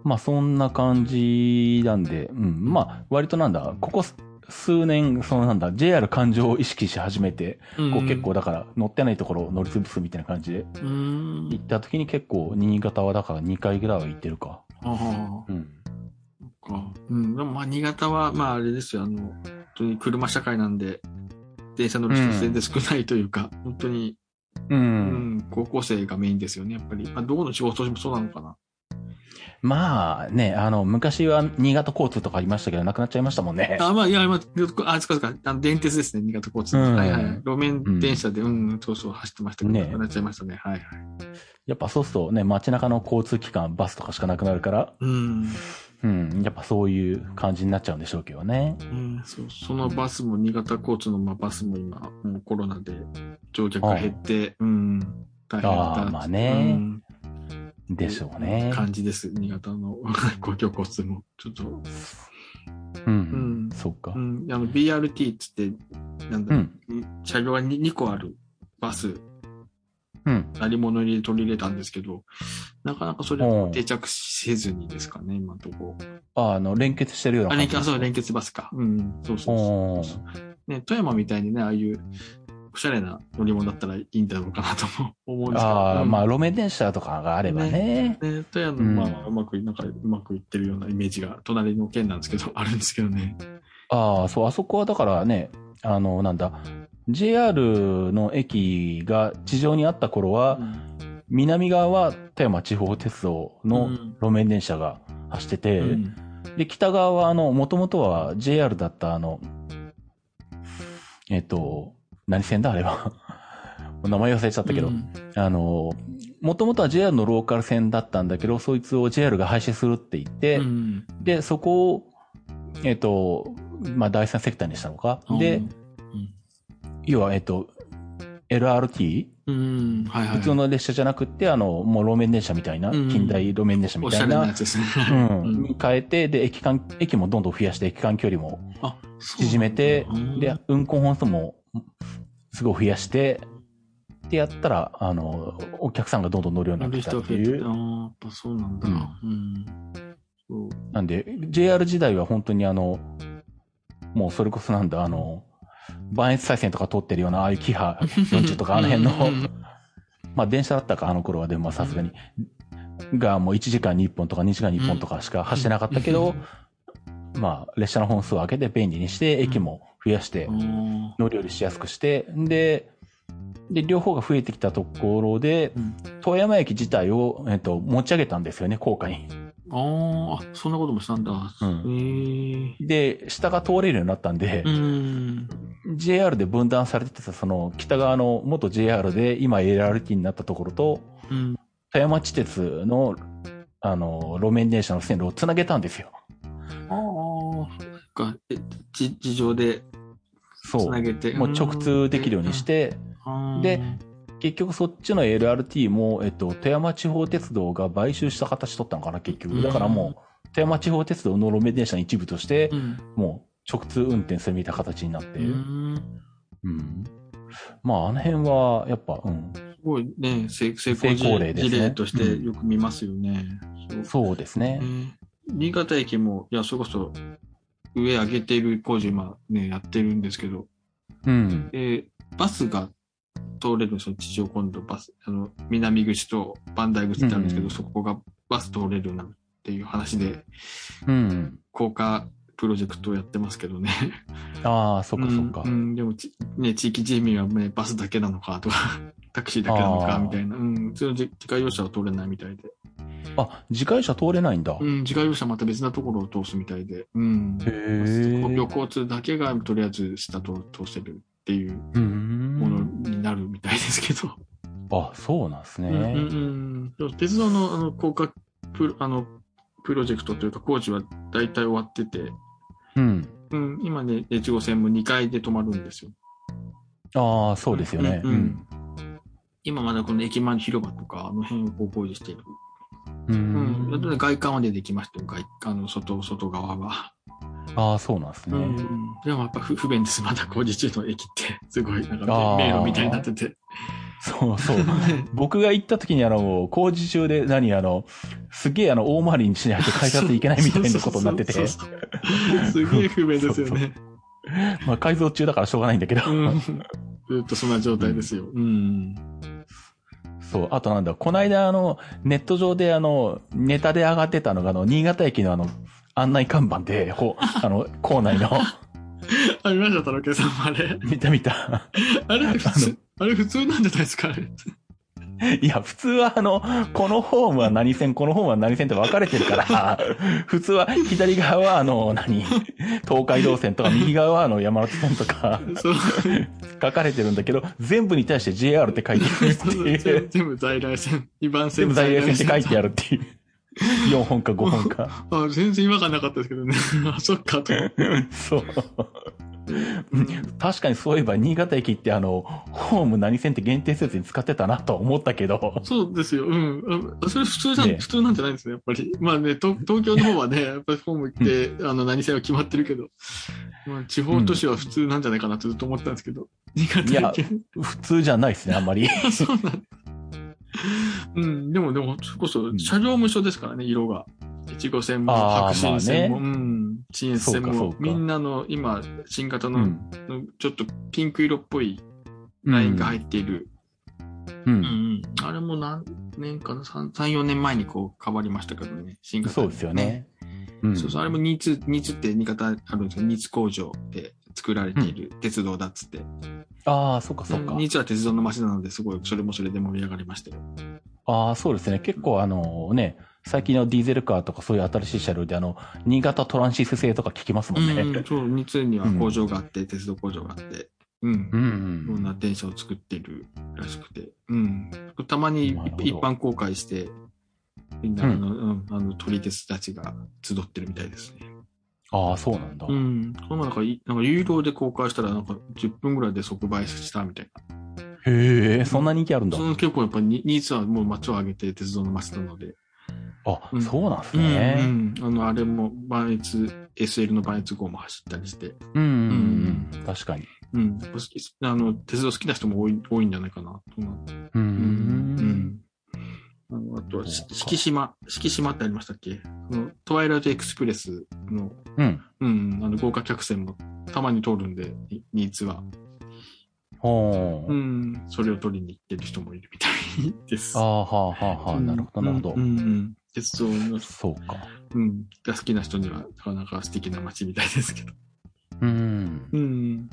まあ、そんな感じなんで、うん。まあ、割となんだ、ここす数年、そのなんだ、JR 環状を意識し始めて、こう結構だから乗ってないところを乗り潰すみたいな感じで、
うん。うん
行った時に結構新潟はだから2回ぐらいは行ってるか。
ああ
うん。
か。うん。でもまあ、新潟は、まあ、あれですよ。あの、本当に車社会なんで、電車乗る人全然少ないというか、本当に、
う。
うんん、高校生がメインですよね、やっぱり。まあ、どこの仕事もそうなのかな。
まあね、あの、昔は新潟交通とかありましたけど、なくなっちゃいましたもんね。
あ、まあ、いや、まあ、あ、そうかそうか。あの、電鉄ですね、新潟交通。
うん
はいはい。路面電車で、うん、そうそう、走ってましたけど、
ね
なくなっちゃいましたね。はいはい。
やっぱそうするとね、街中の交通機関、バスとかしかなくなるから、
うん。
うん、やっぱそういう感じになっちゃうんでしょうけどね。
うん、そうそのバスも、新潟交通の、まあ、バスも今、もうコロナで乗客が減って、うん、大変だ
あーまあね
うん
でしょうね。
感じです、新潟の公共交通も。ちょっと、
うん。
うん
そうか
う。ん、あの、BRT っつって、なん
う
だ、
ん。
車両が 2, 2個あるバス、
うん。
鳴り物入りで取り入れたんですけど、なかなかそれ
う
を
ん
定着せずにですかね、今のところ。
ああの、連結してるような
あ、
感
連
じ。
結、あそう、連結バスか。うん、そうそうそう。
おー
ね、富山みたいにね、ああいうおしゃれな乗り物だったらいいんだろうかなとも思うんですけど。
ああ、
うん
まあ、路面電車とかがあればね。
ね、富山
うん
の、まあ、うまく、なんか、うまくいってるようなイメージが、隣の県なんですけど、あるんですけどね。
ああ、そう、あそこはだからね、あの、なんだ、JR の駅が地上にあった頃は、南側は富山地方鉄道
う
の
ん
路面電車が走ってて、
うん
で、北側は、あの、もともとは JR だった、あの、えっと、何線だあれは。 もう名前忘れちゃったけど、
うん
あの、もともとは JR のローカル線だったんだけど、そいつを JR が廃止するって言って、
うん
で、そこを、えっと、まあ、第三セクターにしたのか。で、要は、えっと、LRT?
うん、はいはい。
普通の列車じゃなくって、あの、もう路面電車みたいな、
うん
近代路面電車
お
み
したゃ
い
れなや
な、
つですね。
うん、
ん
に変えて、で、駅間、駅もどんどん増やして、駅間距離も
あ、そう
縮めて
うん、
で、運行本数もすごい増やして、ってやったら、あの、お客さんがどんどん乗るようにな
乗
って
る
きた
人
っ
が
て
増えて
い
た。
う。
あーやっぱそうなんだ。うん。そう。
なんで、JR 時代は本当にあの、もうそれこそなんだ、あの、磐越再線とか通ってるような、ああいうキハ40とかあの辺の
うんうんう、
まあ電車だったか、あの頃はでもまあさすがに、がもう1時間に1本とか2時間に1本とかしか走ってなかったけど、まあ列車の本数を上げて便利にして、駅も増やして
あ、ー
乗り降りしやすくして、で、で、両方が増えてきたところで、
うん
富山駅自体を、えっと、持ち上げたんですよね、高架に。
あー、あそんなこともしたんだ。
う
へ
ん
ー
で、下が通れるようになったんで
う、ん。
JR で分断されてた、その、北側の元 JR で、今 LRT になったところと、
うん。
富山地鉄の、あの、路面電車の線路をつなげたんですよ。
ああ、そっか。えじ地上でつ
そ
なげて。
う。もう直通できるようにして、
うん。
で結局そっちの LRT も、えっと、富山地方鉄道が買収した形取ったのかな、結
う
局。
ん
だからもう、富山地方鉄道の路面電車の一部として
う、ん、
もう直通運転するみたいな形になって。
うん
うんまあ、あの辺は、やっぱ、うん、
すごいね、成成
成
功
功
事
例
例
ですね
事例とし
う
て
ん
よく見ますよね。そう
そうですね。
ね新潟駅も、いや、それこそ、上上げてる工事今ね、やってるんですけど、
うん。
えーバスが通れるんですよ、地上今度バス、あの、南口と磐梯口ってあるんですけど、
うん
そこがバス通れるようになるっていう話で、
うん。
高架プロジェクトをやってますけどね。
ああ、そっかそっか。
うんうんでもち、ね、地域住民は、ね、バスだけなのかとか、タクシーだけなの
あ
か
ー
みたいな。うん。うちの自自家用車は通れないみたいで。
あ、自家用車通れないんだ。
う
へ
ん。自家用車また別なところを通すみたいで。うん。
え。
公共交通だけがとりあえず下と通せるっていう
う
もの
ん。
になるみたいです けど。
あ、そうなんです
うんうんう
ね。
んでも鉄道のあの高架プロあのプロジェクトというか工事は大体終わってて、
うん。
うん、今ね、越後線も2階で止まるんですよ。
ああ、そうですよね。
う
うんん。
今まだこの駅前の広場とか、あの辺をこう工事している
う
うん、あとね
ん。
外観は出てきましたよ、外あの外外側は。
ああ、そうなんです
う
ね。
ん、でもやっぱ不不便です、まだ工事中の駅って、すごい、なん
あ
か
ー
迷路みたいになってて。
そう そう。僕が行った時にあの、工事中で何あの、すげえあの、大回りにしないと改札行けないみたいなことになって
そ
て
う、そうそうそうすげえ不便ですよね。
まあ改造中だからしょうがないんだけど。
うんずっとそんな状態ですよ。うん。
そう。あとなんだ、この間あの、ネット上であの、ネタで上がってたのがあの、新潟駅のあの、案内看板で、ほ、あの、校内の、
あ、見ました、太郎圭さんもあれ。
見た見た。
あれ普通、あれ普通なんじゃないですか、あれ。
いや、普通はあの、このホームは何線、このホームは何線って分かれてるから、 普通は左側はあの、何、東海道線とか右側はあの、山手線とか
そう。
書かれてるんだけど、全部に対して JR って書いてあるって
そう
い
全
う
部。全部在来線。2番
全
線。
部在来線って書いて
あ
あるっていう。4本か5本か。
あ、全然違和感なかったですけどね。あ、そっかと。
そう。
うん
確かにそういえば、新潟駅ってあの、ホーム何線って限定せずに使ってたなと思ったけど、
そうですよ。うん。あそれ普通じゃん、
ね
普通なんじゃないんですね、やっぱり。まあね、東東京の方 はね、やっぱりホーム行って、あの、何線は決まってるけど、まあ、地方都市は普通なんじゃないかなってずっと思ってたんですけど。新潟県。
普通じゃないですね、あんまり。
そうなんうん、でも、でも、それこそ、
ん
車両無償ですからね、色が。一号線も、
あ
白
ー
新線も、
ま
うん、新越線
そうかそ
も
うか、
みんなの今、新型
う
の、
ん。
ちょっとピンク色っぽいラインが入っている
う
うん
ん。
うん、あれも何年かな、3、4年前にこう変わりましたけどね、新型
そうですよね。。うん
そうそう、あれもニーツ、ニーツって新潟あるんですけど、ニーツ工場で作られている鉄道だっつって。
ああ、そっかそっか。
ニーツは鉄道の街なので、すごい、それもそれで盛り上がりましたよ。
ああ、そうですね。結構あのね、最近のディーゼルカーとかそういう新しい車両であの、新潟トランシス製とか聞きますも
うん
ね。
ん、そう、ニーツには工場があって、鉄道工場があって。うん
う。
いろん
ん。
な電車を作ってるらしくて。うん。たまに
なるほど
一般公開して、みんなあの、うん、あの、撮り鉄たちが集ってるみたいですね。
ああ、そうなんだ。
うん。このなんかい、なんか有料で公開したら、なんか10分ぐらいで即売したみたい
へえ、そんな人気あるん
な。
だ
そ。の結構やっぱニニーツはもう街を挙げて鉄道の街なので。
あ
う、ん
そうなんです
うん、
ね。
うん。あの、あれも、バンエツ、SL のバンエツ号も走ったりして。
うんうんうん。確かに。
うん。やっぱ好きあの、鉄道好きな人も多い、多いんじゃないかなと思う。
う。。
うんあの、あとは、し
そうか
四季島、四季島ってありましたっけあの、トワイライトエクスプレスの、
うん。
うん、あの、豪華客船もたまに通るんで、ニニーツは。
ほ
う、
うん
それを取りに行ってる人もいるみたいです。
ああ、はあ、はあ、はあ。
うん
なるほど、なるほど
うん。うんうん鉄道の、
そうか。
うん、が好きな人には、なかなか素敵な街みたいですけど。
うん。
うん。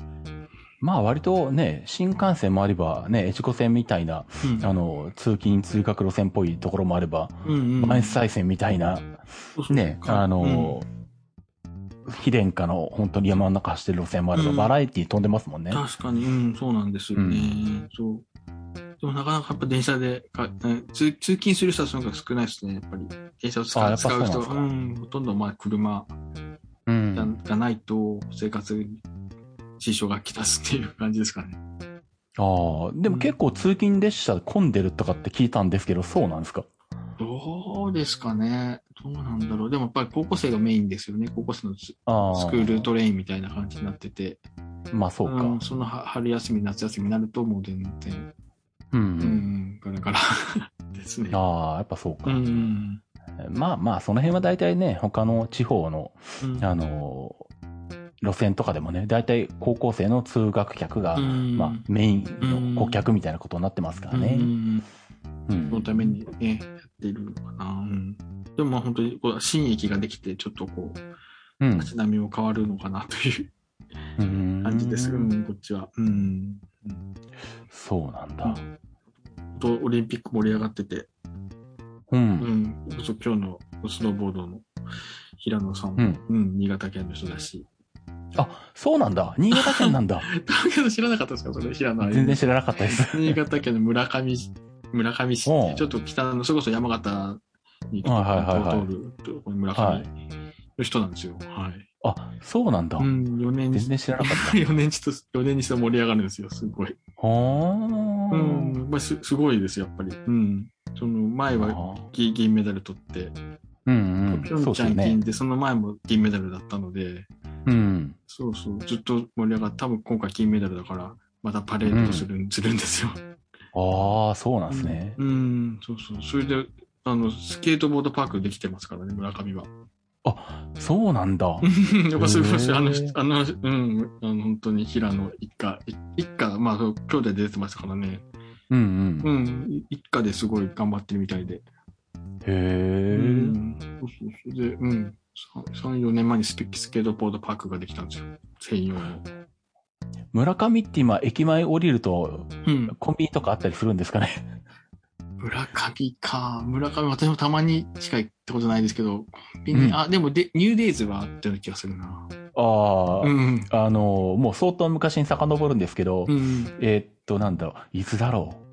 まあ割とね、新幹線もあれば、ね、越後線みたいな、
うん
あ、の、通勤通学路線っぽいところもあれば、
うん、うん。
満載線みたいな、
そうそう
ね、あの、非電化の本当に山の中走ってる路線もあれば、
うん
バラエティ飛んでますもん
う
ね
ん。確かに、うん、そうなんですよね。そう。でもなかなかやっぱ電車でか、うん通通勤する人はその方が少ないですね、やっぱり。電車を
あ
使
や
う
っぱ
使
そうな
うん
です
人
か
は、うん、ほとんどまあ車
う
が
ん。
がないと生活に支障がきたすっていう感じですかね。
ああ、でも結構通勤列車混んでるとかって聞いたんですけど、そうなんですか
どうですかね。どうなんだろう。でもやっぱり高校生がメインですよね。高校生のス
ああ。
スクールトレインみたいな感じになってて。
まあそうか。
んそのは春休み、夏休みになるともう全然、
うん。
うん、ガラガラですね。
ああ、やっぱそう
う
か。
ん。
まあまあ、その辺は大体ね、他の地方の、
うん
あの路線とかでもね、大体高校生の通学客が、
うん
まあ、メインの顧客みたいなことになってますから
う
ね。
ん
う
その
ん。
ためにね、やっているのかな。うんでもまあ本当にこう新駅ができて、ちょっとこう、
うん。
街並みも変わるのかなという
うん
感じです。うん、こっちは。うん。
そうなん
う
だ。
んとオリンピック盛り上がってて、
う。
うんん、そう今日のスノーボードの平野さ
う
んも、
ん。
うん、新潟県の人だし。
あ、そうなんだ。新潟県なんだ。
だけど知らなかったですかそれ、平野歩夢
全然知ら なかったです。
新潟県の村上市、村上市っ
うん
て、ちょっと北の、それこそ山形に通
はいはいはいはい
るところ村
は
上
い
の人なんですよ。はい。
あ、そうなんだ
う。ん、4年に
全、然知らなか った。
4年ちと、4年にして盛り上がるんですよ、すごい。
ほ
う
ーん。
ん、まあ、すすごいです、やっぱり。うん。その前は
あー
銀銀メダル取って、
うん
ピ
う
ョ
ん。そうで
ンチ
すよ
ャン
ね
銀。で、その前も銀メダルだったので、
うん。
そうそう、ずっと盛り上がって、多分今回金メダルだから、またパレードをする,、ん、するんですよ。
ああ、そうなんですね。
うん、そうそう。それで、あの、スケートボードパークできてますからね、村 上は。
そうなんだ。
やっぱそういう話、
へー
あの人、あの、うん、あの本当に平野一家、い一家、まあ、そう兄弟で出てましたからね。
うんう。
うんん、い一家ですごい頑張ってるみたいで。
へえ。
うん、そうそう。それで、うん、 3、4年前にスピスケートボードパークができたんですよ。専用の。
村上って今、駅前降りると、
うん。
コンビニとかあったりするんですかね。
村上か。村上、私もたまにしか行ったことないですけど、コンビニ
うん
あ、でもで、ニューデイズはあったような気がするな。
ああ、
うん。
あの、もう相当昔に遡るんですけど、
うん。
えーっと、なんだろう、いつだろう。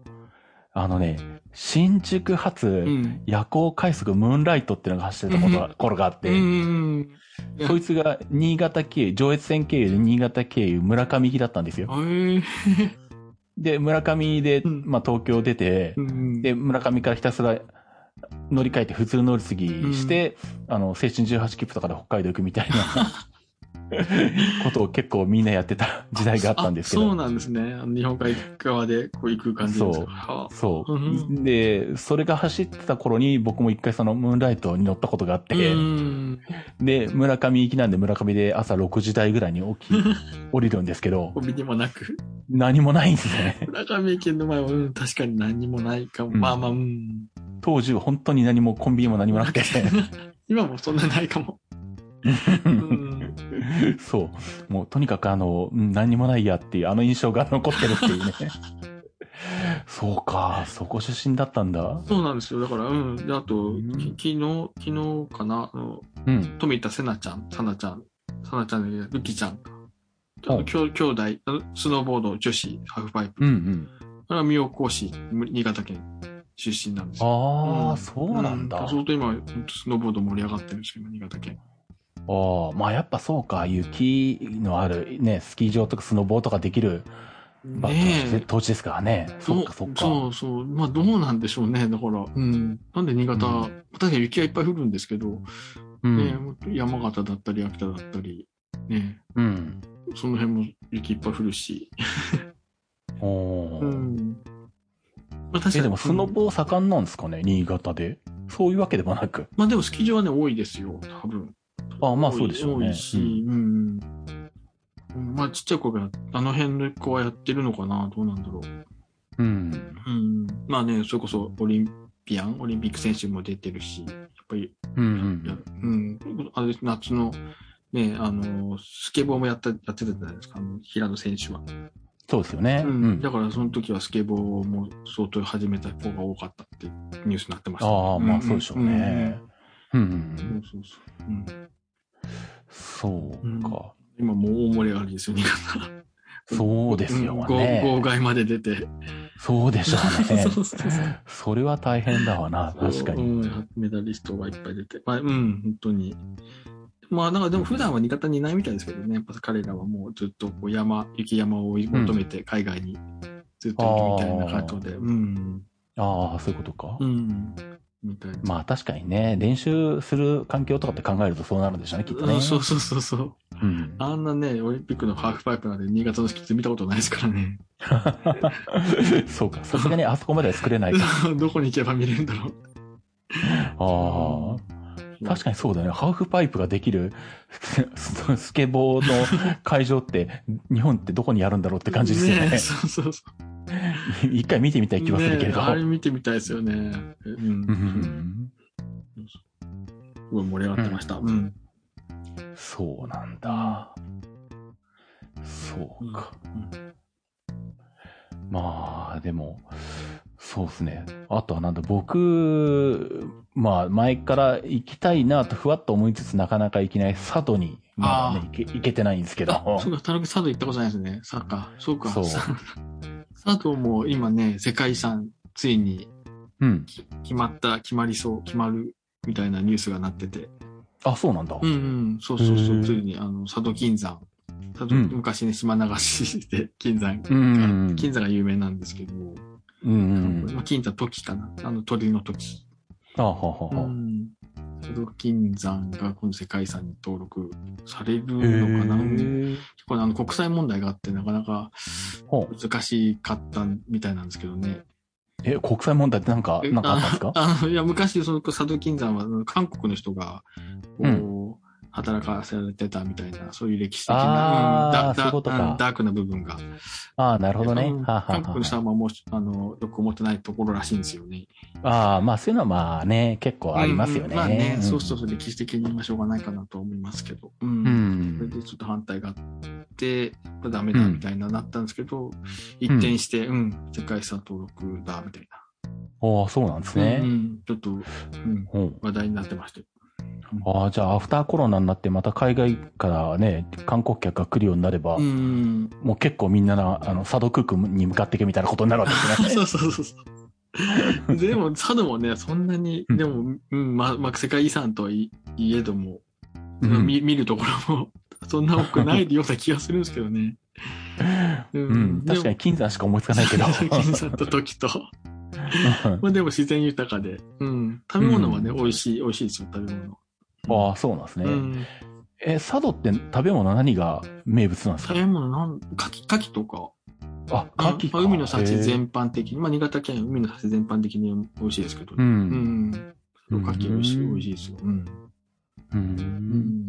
あのね、新宿発、
うん。
夜行快速ムーンライトっていうのが走ってたことが、頃があって、
うん。うん
そいつが新潟経由、上越線経由で新潟経由、村上行きだったんですよ。
ええ。
で、村上で、
うん
まあ、東京出て
う、ん。
で、村上からひたすら乗り換えて普通乗り継ぎして、あの、青春18切符とかで北海道行くみたいなことを結構みんなやってた時代があったんですけど。
あそうなんですね。あの日本海側でこう行く感じです
そう
か。はあ
そうう。
ん
で、それが走ってた頃に僕も一回そのムーンライトに乗ったことがあって、
うん。
で、村上行きなんで村上で朝6時台ぐらいに起き、降りるんですけど
コ、ンビニもなく。
何もないんですね。
村上駅の前は、うん、確かに何もないかも。
うん
まあまあ、うん。
当時本当に何もコンビニも何も なくて。
今もそんなない かも。うん。
そう。もうとにかくあの、うん何にもないやっていう、あの印象が残ってるっていうね。そうか、そこ出身だったんだ。
そうなんですよ。だから、うん。で、あと、
うん
き昨日、昨日かな、あの、
うん。
富田せなちゃん、さなちゃん、さなちゃんで、るきちゃん。ち
は
ょ
い
っと兄兄弟、あのスノーボード女子、ハーフパイプ。
うんうん。
これは妙高市、新潟県出身なんですよ。
ああ、
うん
そうなんだ。
相当今、スノーボード盛り上がってるんですよ、今、新潟県。
ああ、まあやっぱそうか、雪のあるね、スキー場とかスノボーとかできる場所
ねえ。
土地ですからね。そっかそっか。
うそう。まあ、どうなんでしょうね、だから。うん。なんで新潟、
う
確かに雪はいっぱい降るんですけど、
う
ね
ん。
山形だったり、秋田だったり、ね、
うん。
その辺も雪いっぱい降るし。
おお
う
ー。
ん。まあ、確かに。
え、でもスノボー盛んなんですかね、新潟で。そういうわけでもなく。
まあ、でもスキー場はね、多いですよ、多分。
あまあそうでしょうね
多いし、うん。うんまあ、ちっちゃい子が、あの辺の子はやってるのかな、どうなんだろう。
うん。
うん。まあね、それこそオリンピアン、オリンピック選手も出てるし、やっぱり、
うんう
いや
ん。
うん、あれ夏の、ね、あの、スケボーもやった、やってたじゃないですか、あの平野選手は。
そうですよね。
う。
うんん。
だから、その時はスケボーも相当始めた子が多かったってニュースになってました。
ああ、まあそうでしょうね。うんうん
うん。
うん。
そうそうそう。うん。
そうか。
今もう大盛り上がりですよ、新潟。
そうですよ
うん号号
ね。
外まで出て。
そうでしょうね
そう。そうそう
それは大変だわな、確かに。
うんメダリストがいっぱい出て。まあ、うん、本当に。まあ、なんかでも普段は新潟にいないみたいですけどね、やっぱ彼らはもうずっとこう山、雪山を追い求めて海外にずっと行くみたいな感じで、うん、
ああ、そういうことか。
うん、みたいな。
まあ確かにね、練習する環境とかって考えるとそうなるんでしょうね、きっと
う
ね。
んそうそうそうそう。
うん
あんなね、オリンピックのハーフパイプなんで新潟のスキッズ見たことないですからね。
そうか、さすがにあそこまでは作れないか。
どこに行けば見れるんだろう。
ああ。確かにそうだね。ハーフパイプができるス スケボーの会場って、日本ってどこにあるんだろうって感じですよね。
そうそうそう。
一回見てみたい気はするけれど。
ねえあれ見てみたいですよね。う。
うんん
すごい盛り上がってました。うん。
そうなんだ。そうか。まあ、でも、そうですね。あとはなんだ、僕、まあ、前から行きたいなとふわっと思いつつ、なかなか行けない佐渡に、まだね、行け行けてないんですけど。
あ、そうか、田中佐渡行ったことないですね。 サッカー。そうか。
そう
佐渡も今ね、世界遺産、ついに
うん。
決まった、決まりそう、決まる、みたいなニュースがなってて。
あ、そうなんだ。
うんうん。そうそうそ
へ
う。
ー
ついに、あの、佐渡金山。佐渡
うん
昔ね、島流しで金山が、
うんうんうん
金山が有名なんですけども、
うんうん。
まあ金山時かな。あの、鳥の時。
あはは
う
は。
ん。佐渡金山がこの世界遺産に登録されるのかな。結
へえ
構ねあの国際問題があってなかなか
ほう
難しかったみたいなんですけどね。
え、国際問題ってなんか、なんかあったんですか
あのいや昔その佐渡金山はあの韓国の人がこう、
う
働かせられてたみたいな、そういう歴史的
あー
な、うん
そういうことか
うんダークな部分が。
ああ、なるほどね。
うん
はあはあはあ
韓国の人はあんまもうあの、よく思ってないところらしいんですよね。
ああ、まあそういうのはまあね、結構ありますよ
うん
ね。
まあね、
ん
そうそうそう、歴史的にはしょうがないかなと思いますけど。う。
うん
それ
ん。
でちょっと反対があって、やっぱダメだみたいななったんですけど、一転して、うん、世界遺産登録だみたい
ああ、そうなんです
な。
ね
う。ん、ちょっと、うん、
うん
話題になってましたよ。
ああ、じゃあ、アフターコロナになって、また海外からね、観光客が来るようになれば、
うん。
もう結構みんなな、あの、佐渡空港に向かっていくみたいなことになるわけですね。
そうそうそうそう。でも、佐渡もね、そんなに、
うん
でも、うん、ま、まあ、世界遺産とはいいえども、
うん
見、見るところも、そんな多くないような気がするんですけどね。う
うん、確かに金山しか思いつかないけど。
最近去った時 と。まあでも自然豊かで。うん。食べ物はね、美味しい、美味しいですよ、食べ物。
ああ、そうなんですね。
うん。
え、佐渡って食べ物何が名物なんです
食
か
べ物なん、牡蠣、牡蠣とか。
あ、牡蠣か。
うんまあ海の幸
へえ
全般的に、まあ新潟県海の幸全般的に美味しいですけど。
う。
うんん。牡蠣美味しい、美味しいですよ。うん。
う。
うんん。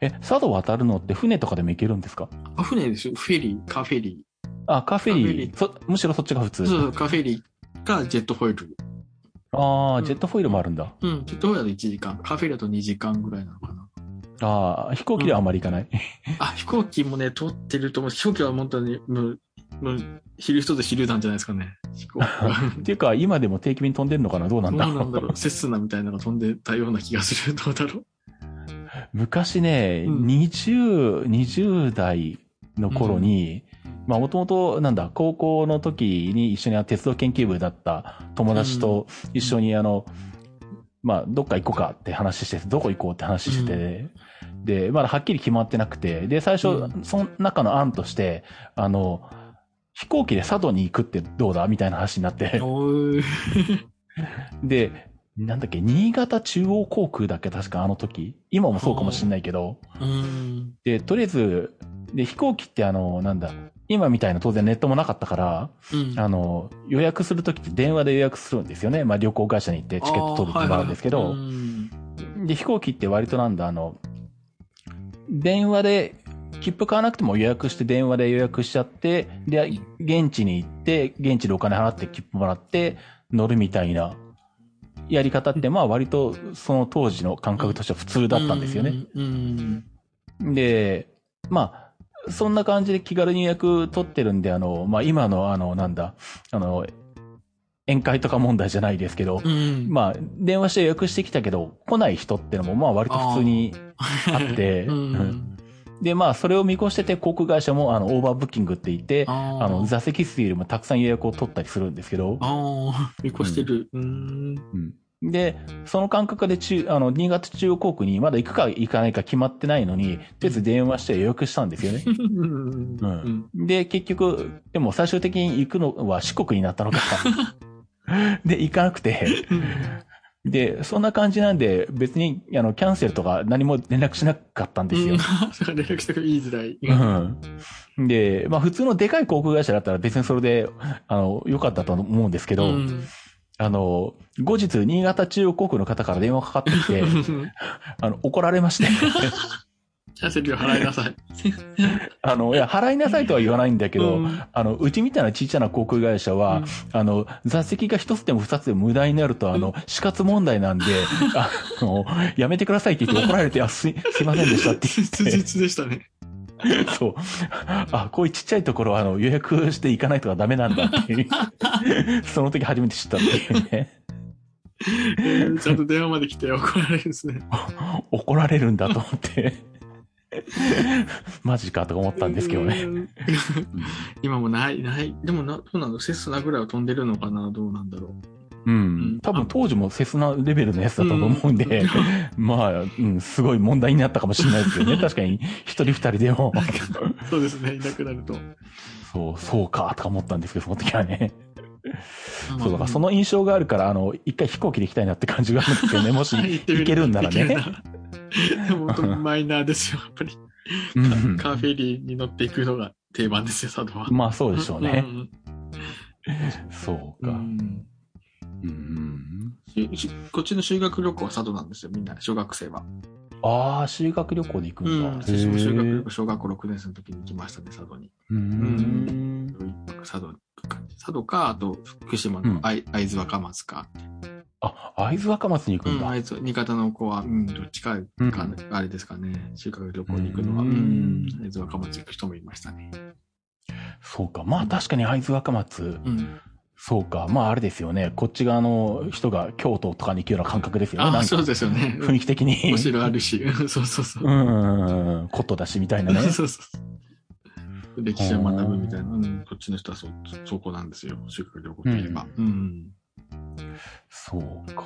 え、佐渡渡るのって船とかでも行けるんですか
あ、船ですよ。フェリー、カーフェリ
あ、カーフェリー。
カ
そむしろそっちが普
ー。
通。
そうそう、カーフェリーかジェットホイール。
あ
う
あ、
ん
ジェットフォイルもあるんだ。
うん、ジェットホイールだと1時間、カーフェリーだと2時間ぐらいなのかな。
ああ、飛行機ではあまり行かない。
あ、飛行機もね、通ってると思う。飛行機は本当に、もう、もう、昼一つ昼なんじゃないですかね。飛行機は
っていうか、今でも定期便飛んでるのか などうなん
どう
だ
なんだろう。セスナみたいなのが飛んでたような気がする。どうだろ
昔ね、
うん
20、20代の頃に、まあもともとなんだ、高校の時に一緒に鉄道研究部だった友達と一緒にあの、まあどっか行こうかって話してて、どこ行こうって話してて、で、まだはっきり決まってなくて、で、最初、
うん
その中の案として、あの、飛行機で佐渡に行くってどうだみたいな話になって
う。。おー
で、なんだっけ、新潟中央航空だっけ確かあの時。今もそうかもしんないけど。
うん。
で、とりあえず、で、飛行機ってあの、なんだ、今みたいな当然ネットもなかったから、
うん。
あの、予約するときって電話で予約するんですよね。まあ旅行会社に行ってチケット取るってもらうんですけ
あーは
ど
い、はいうん
で、飛行機って割となんだ、あの、電話で、切符買わなくても予約して電話で予約しちゃって、で、現地に行って、現地でお金払って切符もらって乗るみたいなやり方って、まあ割とその当時の感覚としては普通だったんですよね。。
うん。
で、まあ、そんな感じで気軽に予約取ってるんで、あの、まあ、今の、あの、なんだ、あの、宴会とか問題じゃないですけど
う、ん。
まあ、電話して予約してきたけど、来ない人ってのも、まあ、割と普通にあって、
う
うん
ん。
で、まあ、それを見越してて、航空会社も、あの、オーバーブッキングって言って、
あー
あの、座席数よりもたくさん予約を取ったりするんですけど、
あー、見越してる。うん。
うんで、その感覚で中、あの、新潟中央航空にまだ行くか行かないか決まってないのに、とりあえず電話して予約したんですよね。
うん。
うんで、結局、でも最終的に行くのは四国になったのか。で、行かなくて。で、そんな感じなんで、別に、あの、キャンセルとか何も連絡しなかったんですよ
うん。だから連絡してくるいい時代。
うん。で、まあ普通のでかい航空会社だったら別にそれで、あの、良かったと思うんですけど、
うん
あの、後日、新潟中央航空の方から電話かかってきて、あの、怒られまして、
キャンセル料払いなさい。
あの、いや、払いなさいとは言わないんだけど、
うん
あの、うちみたいな小さな航空会社は、あの、座席が一つでも二つでも無駄になると、あの、死活問題なんで、あの、やめてくださいって言って怒られて、あ、すい、すいません でしたって
切
言っ
実でしたね。
て、 そう。あ、こういうちっちゃいところは、あの、予約して行かないとかダメなんだって いう。その時初めて知ったっていうね。
えーちゃんと電話まで来て怒られるんですね。
怒られるんだと思って。 マジかとか思ったんですけどね。
うん。 今もない、ない。でもな、どうなんだろうセスナぐらいは飛んでるのかなどうなんだろ
うん。多分当時もセスナレベルのやつだったと思うんで、 まあ、うん、すごい問題になったかもしれないですよね。確かに、一人二人でも。
う。そうですね。いなくなると。
そう、そうか、とか思ったんですけど、その時はね。そう、だからそ
の、
の印象があるから、あの、一回飛行機で行きたいなって感じがあるんですけどね、もし
はい行ってみ
行けるんなら ね。
行けるならでも本当にマイナーですよ。やっぱり。
うん
カーフェリーに乗っていくのが定番ですよ、佐渡は。
まあそうでしょうね。
ん。
そう
う
か。
ん
うん
ししこっちの修学旅行は佐渡なんですよ、みんな、小学生は。
ああ、修学旅行で行くんだ。
うん、私も修学旅
へ
行、小学校6年生の時に行きましたね、佐渡に。
ーうーん。
一泊佐渡に行く感じ佐渡か、あと福島の会会津若松か。
あ、会津若松に行く
うんん、
だ。
会津、新潟の子は、うん、どっちかか、
うん
あれですかね、修学旅行に行くのは、
う
うんん、会津若松行く人もいましたね。
そうか。まあ確かに会津若松、
うん。
そうか。まああれですよね。こっち側の人が京都とかに行くような感覚ですよね。
あ
なん
あ、
か
そうですよね。
雰囲気的に
お。城あるし、そうそうそう。
うんうんうんうん。コットだしみたいなね。
そうそう。歴史を学ぶみたいな、うん、こっちの人はそう、そこなんですよ、修学旅行といえば。うん。
そうか。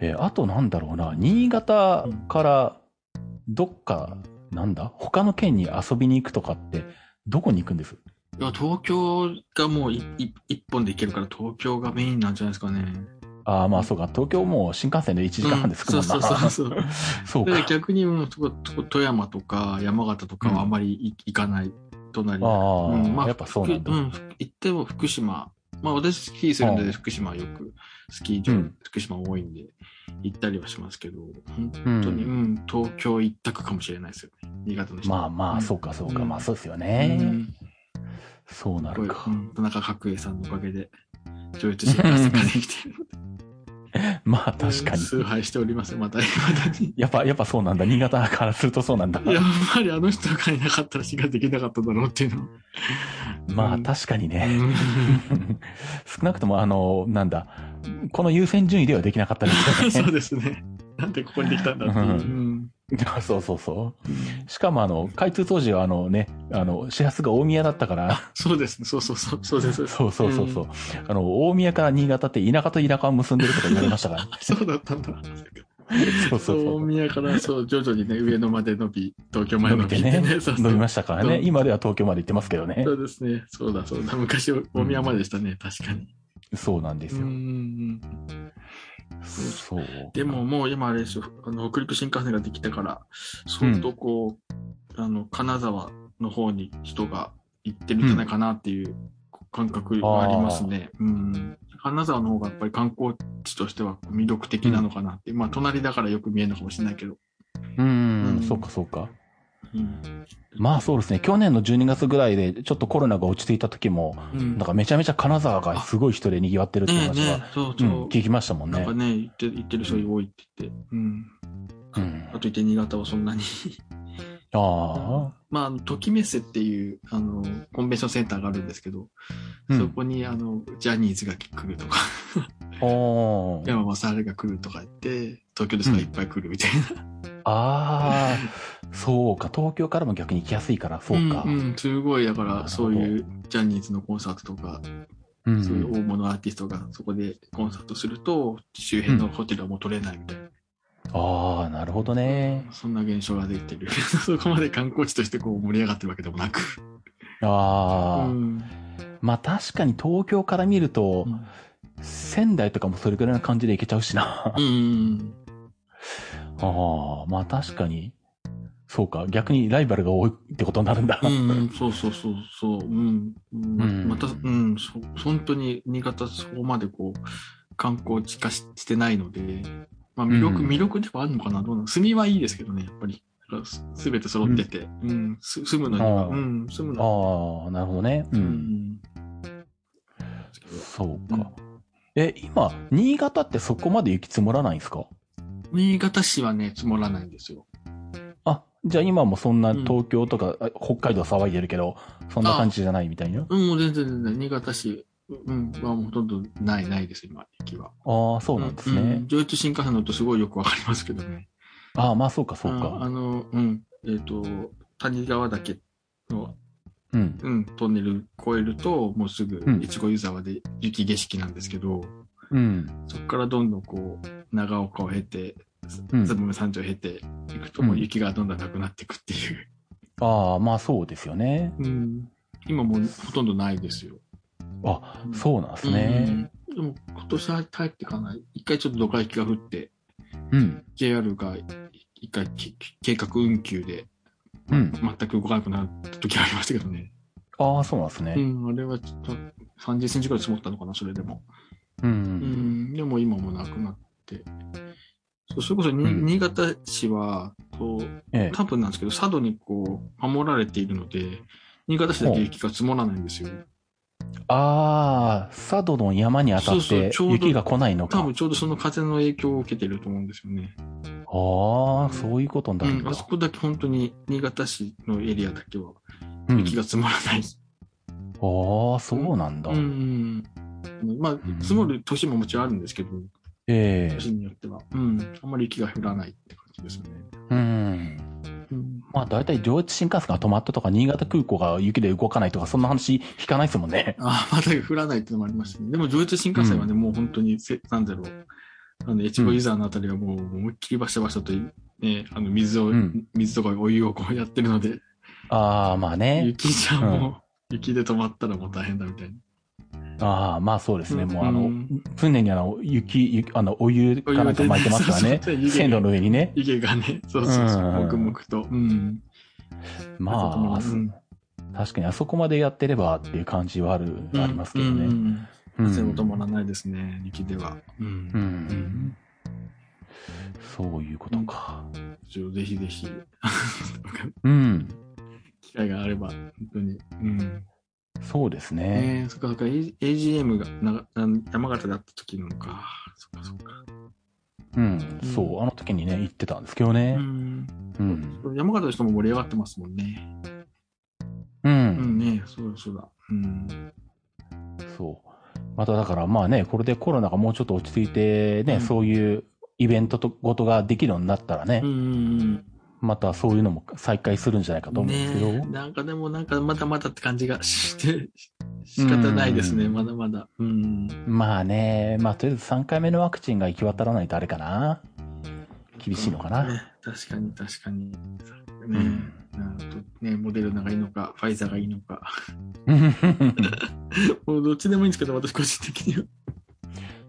えーあとなんだろうな、新潟からどっか、なんだ、他の県に遊びに行くとかって、どこに行くんです
いや、東京がもういい一本で行けるから、東京がメインなんじゃないですかね。
ああ、まあそうか、東京もう新幹線で1時間半で着くもんな。
うんそうそうそうそう
そう
で
か。
逆にもうとことこ富山とか山形とかはあまりい行かない隣
ああ、
うんまあ
やっぱそうなんだ。
うん、行っても福島、まあ私スキーするん
うん
で、福島よく、スキー場、
うん
福島多いんで、行ったりはしますけど、本
うん
当に、うん、東京一択かもしれないですよね。新潟の人。
まあまあ、そうかそうか、
うん
まあそうですよ
あ
ね。そうなる
これ、
か
う。ん田中角栄さんのおかげで、上越新幹線ができて、
まあ 確かに。
崇拝しております、また、ま たに。
やっぱ、やっぱそうなんだ。新潟からするとそうなんだ。
やっぱりあの人がいなかったら新幹線できなかっただろうっていうの は。
まあ
うん
確かにね。
うん
少なくとも、あの、なんだ、この優先順位ではできなかったですよね。
そうですね。なんでここにできたんだっていう。
うん
うん
そうそうそう。しかも、あの、開通当時は、あのね、あの、始発が大宮だったから、
そうですね。そうそうそう。そうです。そうです
そうそうそうそう、あの、大宮から新潟って田舎と田舎を結んでるとか言われましたか ら。
そうだったんだ。
そうそう
大
そう。
宮から、そう、徐々にね、上野まで伸び、東京まで伸びて
伸びて
ね。そうそ
伸び
う。
ましたからね。
そう
今では東京まで行ってますけどね
そ。うですね。そうだ、そうだ。昔、大宮までしたね。確かに。
そうなんで
う
す
んう
よ。
んうん。
そう。
でも、もう今あれですよ。あの、北陸新幹線ができたから、相当こう、あの、金沢の方に人が行ってるんじゃないかなっていう感覚はありますね。うん。金沢の方がやっぱり観光地としては魅力的なのかなって。まあ、隣だからよく見えるのかもしれないけど。
うん
う、ん
そうかそうか。
うん。
まあそうですね。去年の12月ぐらいで、ちょっとコロナが落ち着いた時も、
うん
なんかめちゃめちゃ金沢がすごい人で賑わってるって
ねえ
話は
ねえ、そう
う
そう。
ん、聞きましたもん
なん
ね
か。ね、言って言ってる人多いって言って。うん。
うん
あと言って新潟はそんなに。
あ
まああの、ときめせっていう、あの、コンベンションセンターがあるんですけど、
あ、うん
そこに、あの、ジャニーズが来るとか、
おー
山本れが来るとか言って、東京ですからいっぱい来るみたいな。
ああ、そうか、東京からも逆に行きやすいから、そうか。
んんすごい、だ
な
か
るほど
ら、そういうジャニーズのコンサートとか、
うん
そういう大物アーティストがそこでコンサートすると、周辺のホテルはもう取れないみたいな。
ああ、なるほどね。
そんな現象ができてる。 そこまで観光地としてこう盛り上がってるわけでもなく。
ああ、
うん
まあ確かに東京から見ると、
うん
仙台とかもそれぐらいな感じで行けちゃうしな。
うん。
ああ、まあ確かに。そうか、逆にライバルが多いってことになるんだ。
うん、そうそうそうそう、うん、うん
うん
また、うん、そ本当に新潟そこまでこう、観光地化ししてないので、まあ魅力、
うん
魅力ではあるのかな、どうなの住みはいいですけどね、やっぱり。だからすすべて揃ってて、うん、す住むのには、
あー
うん、住むのには、
ああ、なるほどね。う。
うんん。
そうか。え、今、新潟ってそこまで雪積もらないんですか
新潟市はね、積もらないんですよ。
あ、じゃあ今もそんな
うん
東京とか、あ北海道騒いでるけど、そんな感じじゃないみたいな。
うん、もう全然全然、新潟市、うん、はもうほとんどない、ないです、今、駅は。
ああ、そうなんですね。
うん上越新幹線乗るとすごいよくわかりますけどね。
ああ、まあそうかそう
ああ
か。
の、うん、えっ、と、谷川岳の、
うん。
うん、トンネル越えると、もうすぐ
うん、
越後湯沢で雪景色なんですけど、
うん。
そこからどんどんこう、長岡を経て、ず
うん
ずぶむ山頂を経ていくと、
うん
もう雪がどんどんなくなっていくっていう。
ああ、まあそうですよね。
うん、今もうほとんどないですよ。
あ、そうなんですね。
うん。でも今年は帰ってかない。一回ちょっとドカ雪が降って、
うん。
JR が一回きき計画運休で、
うん。
全く動かなくなった時がありましたけどね。
ああ、そうなんです
う
ね。
ん、あれはちょっと30センチぐらい積もったのかな、それでも。
う。
うんん、でも今もなくなって、そうそれこそに、
うん
新潟市は、そう
ええ
多分なんですけど、佐渡にこう、守られているので、新潟市だけ雪が積もらないんですよ。
ああ、佐渡の山に当たっ
そうそう
て
ちょうど
雪が来ないの
多
か。
分ちょうどその風の影響を受けてると思うんですよね。
ああ、そういうことにな
う
るん
ん、
だ
あ。そこだけ本当に、新潟市のエリアだけは
うん、
雪が積もらない。
ああ、そうなんだ。
うん。まあ、積もる年ももちろんあるんですけど、
ええ
年によっては。うん。あんまり雪が降らないって感じですね。
うん。
うん。
まあ大体上越新幹線が止まったとか、新潟空港が雪で動かないとか、そんな話聞かないですもんね。
あまだ降らないってのもありましたね。でも、上越新幹線はね、もう本当にせ、なんだろう。あの、越後湯沢のあたりはもう、思いっきりバシャバシャと、ね、あの、水を、
うん
水とかお湯をこうやってるので、
ああ、まあね。
雪じゃもう、雪で止まったらもう大変だみたいな。
ああ、まあそうですね。
うん
もうあ
う
の
ん、
常にあの、雪、雪あの、お湯かなんか巻いてますからね。
お湯でねそうそうそう
線路の上にね。
湯気がね、そうそうそう、
うん
黙々と。うん。
まあ、
うん
確かにあそこまでやってればっていう感じはある、ありますけど
うんう
ね。
ん
うん
汗を止まらないですね、雪では。うん
うんそういうことか。
ちょぜひぜひ、
うん。
機会があれば、本当に。うん。
そうですね。
えー、そっかそっか、A- AGM がなあの山形だった時なのか。そっかそっか。
うん。そう。あの時にね、行ってたんですけどね
う。ん。
うん。
山形の人も盛り上がってますもんね。
う。
うんんね、そうだそうだ。うん。
そう。まただからまあね、これでコロナがもうちょっと落ち着いてね、
うん
そういうイベントとごとができるようになったらね、
うんうん
またそういうのも再開するんじゃないかと
う
思
ん。
うんですけど。
ねなんかでもなんかまだまだって感じがして、仕方ないですね、
うん
まだまだ。うん。
まあね、まあとりあえず3回目のワクチンが行き渡らないとあれかな。厳しいのかな。
ね、確かに確かに。ね、
うん
なんとね、モデルナがいいのか、ファイザーがいいのか。 もうどっちでもいいんですけど、私個人的には。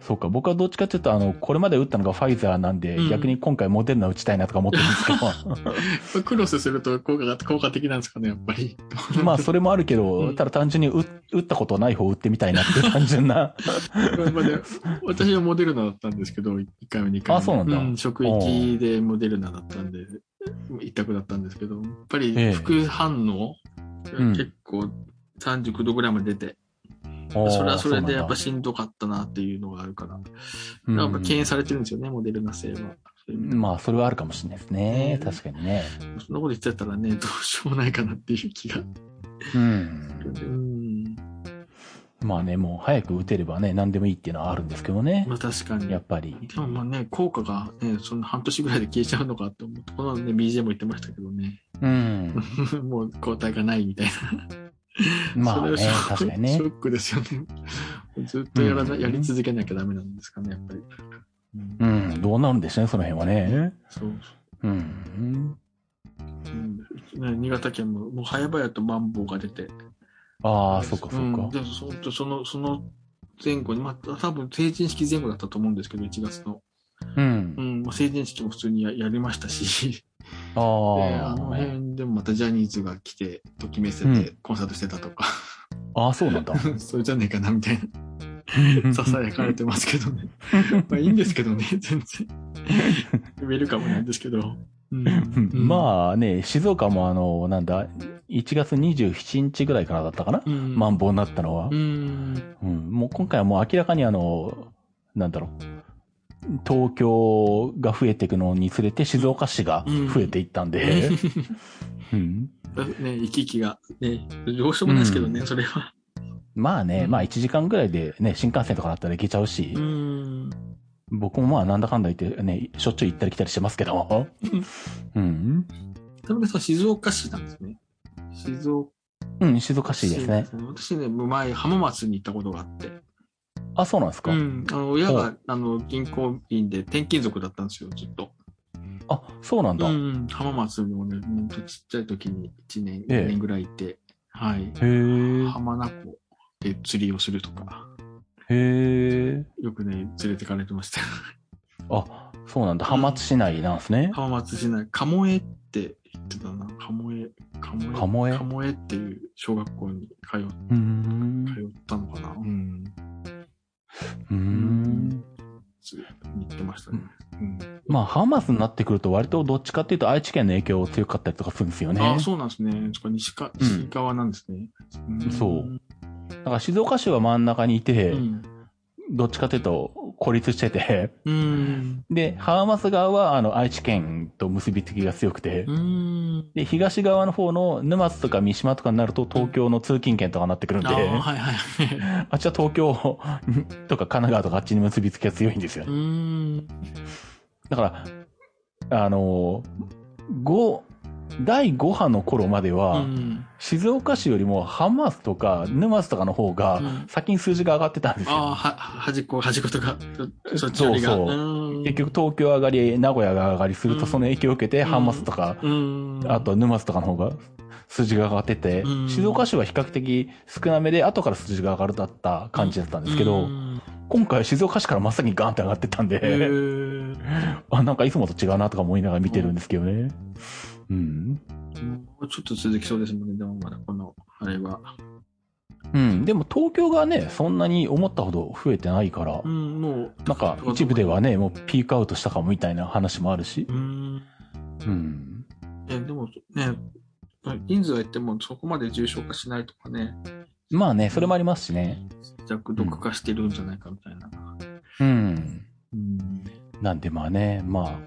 そうか、僕はどっちかっていうと、あの、これまで打ったのがファイザーなんで、
うん
逆に今回モデルナ打ちたいなとか思ってるんですけ
これクロスすると効果が、効果的なんですかね、やっぱり。
ど、まあそれもあるけど、
うん
ただ単純に打打ったことない方打ってみたいなっていう単純な。
これまで私はモデルナだったんですけど、1回目、2回目。
あそうなんだ
職域でモデルナだったんで、一択だったんですけど、やっぱ
ええ
り副反応、
うん
結構39度ぐらいまで出て、 それはそれでやっぱしんどかったなっていうのがあるから、
うん
やっぱ敬遠されてるんですよね、モデルナ製は。
まあそれはあるかもしれないですね。
うん
確かにね。
そんなこと言ってたらね、どうしようもないかなっていう気が。
うん。
うん。
まあね、もう早く打てればね、何でもいいっていうのはあるんですけどね
ま。あ確かに。
やっぱり。
でもまあね、効果がね、その半年ぐらいで消えちゃうのかって思って、このね、BGM も言ってましたけどね、
うん。
もう抗体がないみたいな。
まあ
それは
ね
ショッ、ク
確かにね
ショ。ックですよね。 ずっとやらな、
うん
やり続けなきゃダメなんですかね、やっぱり。うん
うん、どうなるんでしょうね、その辺はね。
そう
うん。
そう、うんね新潟県も、もう早々とマンボウが出て。
ああ、そっかそっ
うん
か。
でそそその、その前後に、まあ、多分成人式前後だったと思うんですけど、1月の。
うん
う。ん、まあ、成人式も普通にややりましたし。
あ
であ
あ
の辺でもまたジャニーズが来て、ときめせ
うん
てコンサートしてたとか、
ああ、そうなんだ。
そうじゃねえかなみたいな、ささやかれてますけどね。まあいいんですけどね、 全然。ウェルカムなんですけど。うん
まあね、静岡もあの、なんだ、1月27日ぐらいからだったかな
あ、うん
マンボウになったのは
う。ん。
うん。もう今回はもう明らかにあの、なんだろう。東京が増えていくのにつれて静岡市が増えていったん で。うん。
ね、行き来が、ね、どうしようもないですけどね、
う
それは。
まあね、
うん
まあ1時間ぐらいでね、新幹線とかだったら行けちゃうし、
うん。
僕もまあなんだかんだ言ってね、しょっちゅう行ったり来たりしてますけど。うん。
田中さん、静岡市なんですね。静岡
うん、静岡市
市
ですね。。
私ね、前、浜松に行ったことがあって。
あ、そうなんですか。
うん、あの親
ほ
があの銀行員で転勤族だったんですよ、ずっと。
あ、そうなんだ。
うん、浜松にもね、ほんとちっちゃい時に1年、
ええ
2年ぐらいいて、はい。
へー
浜名湖で釣りをするとか、
へえ。
よくね、連れてかれてま した。
あ、そうなんだ。浜松市内なんですね。
浜松市内、鴨江って言ってたな、鴨江、鴨江、
鴨江
江っていう小学校に通っ
うーん。
通ったのかな。うん。
うーん。
つ行ってましたね。うん。
まあ、浜松になってくると割とどっちかっていうと愛知県の影響強かったりとかするんですよね。
ああ、そうなんですね。そこ西か、
うん
西側なんですね。ん
そう。だから静岡市は真ん中にいて、
うん。
どっちかっていうと孤立してて、
うん。
で、浜松側はあの愛知県と結びつきが強くて、
うん。
で、東側の方の沼津とか三島とかになると東京の通勤圏とかになってくるんで、
ああ、
あ
はいはい。
っちは東京 とか神奈川とかあっちに結びつきが強いんですよ
う
ね。
ん。
だから、あの、5、第5波の頃までは、
うん
静岡市よりも浜松とか沼津とかの方
う
が
ん
先に数字が上がってたんです
ああ、
よ。
は、端っこ、端っことか、そそっちよりが。
そうそう
うん
結、局東京上がり、名古屋が上がりする
う
と
ん
その影響を受けて
うん
浜松とか、
うん。
あと沼津とかの方が数字が上がってて
う、ん
静岡市は比較的少なめで後から数字が上がるだった感じだったんですけ
う
ど、
ん
今回静岡市から真っ先にガーンって上がってたん
へえ
で、 あ、なんかいつもと違うなとか思いながら見てるんですけどね。うん。
もうちょっと続きそうですもんね、でもまだこの、あれは。
うん。でも東京がね、そんなに思ったほど増えてないから
う、ん、もう、
なんか一部ではね、もうピークアウトしたかもみたいな話もあるし。
うん。
うん。
え、でもね、人数がいってもそこまで重症化しないとかね、
まあね、それもありますしね。
弱毒化してるんじゃないかみたいな。
うん。
うん。
なんでまあね、ま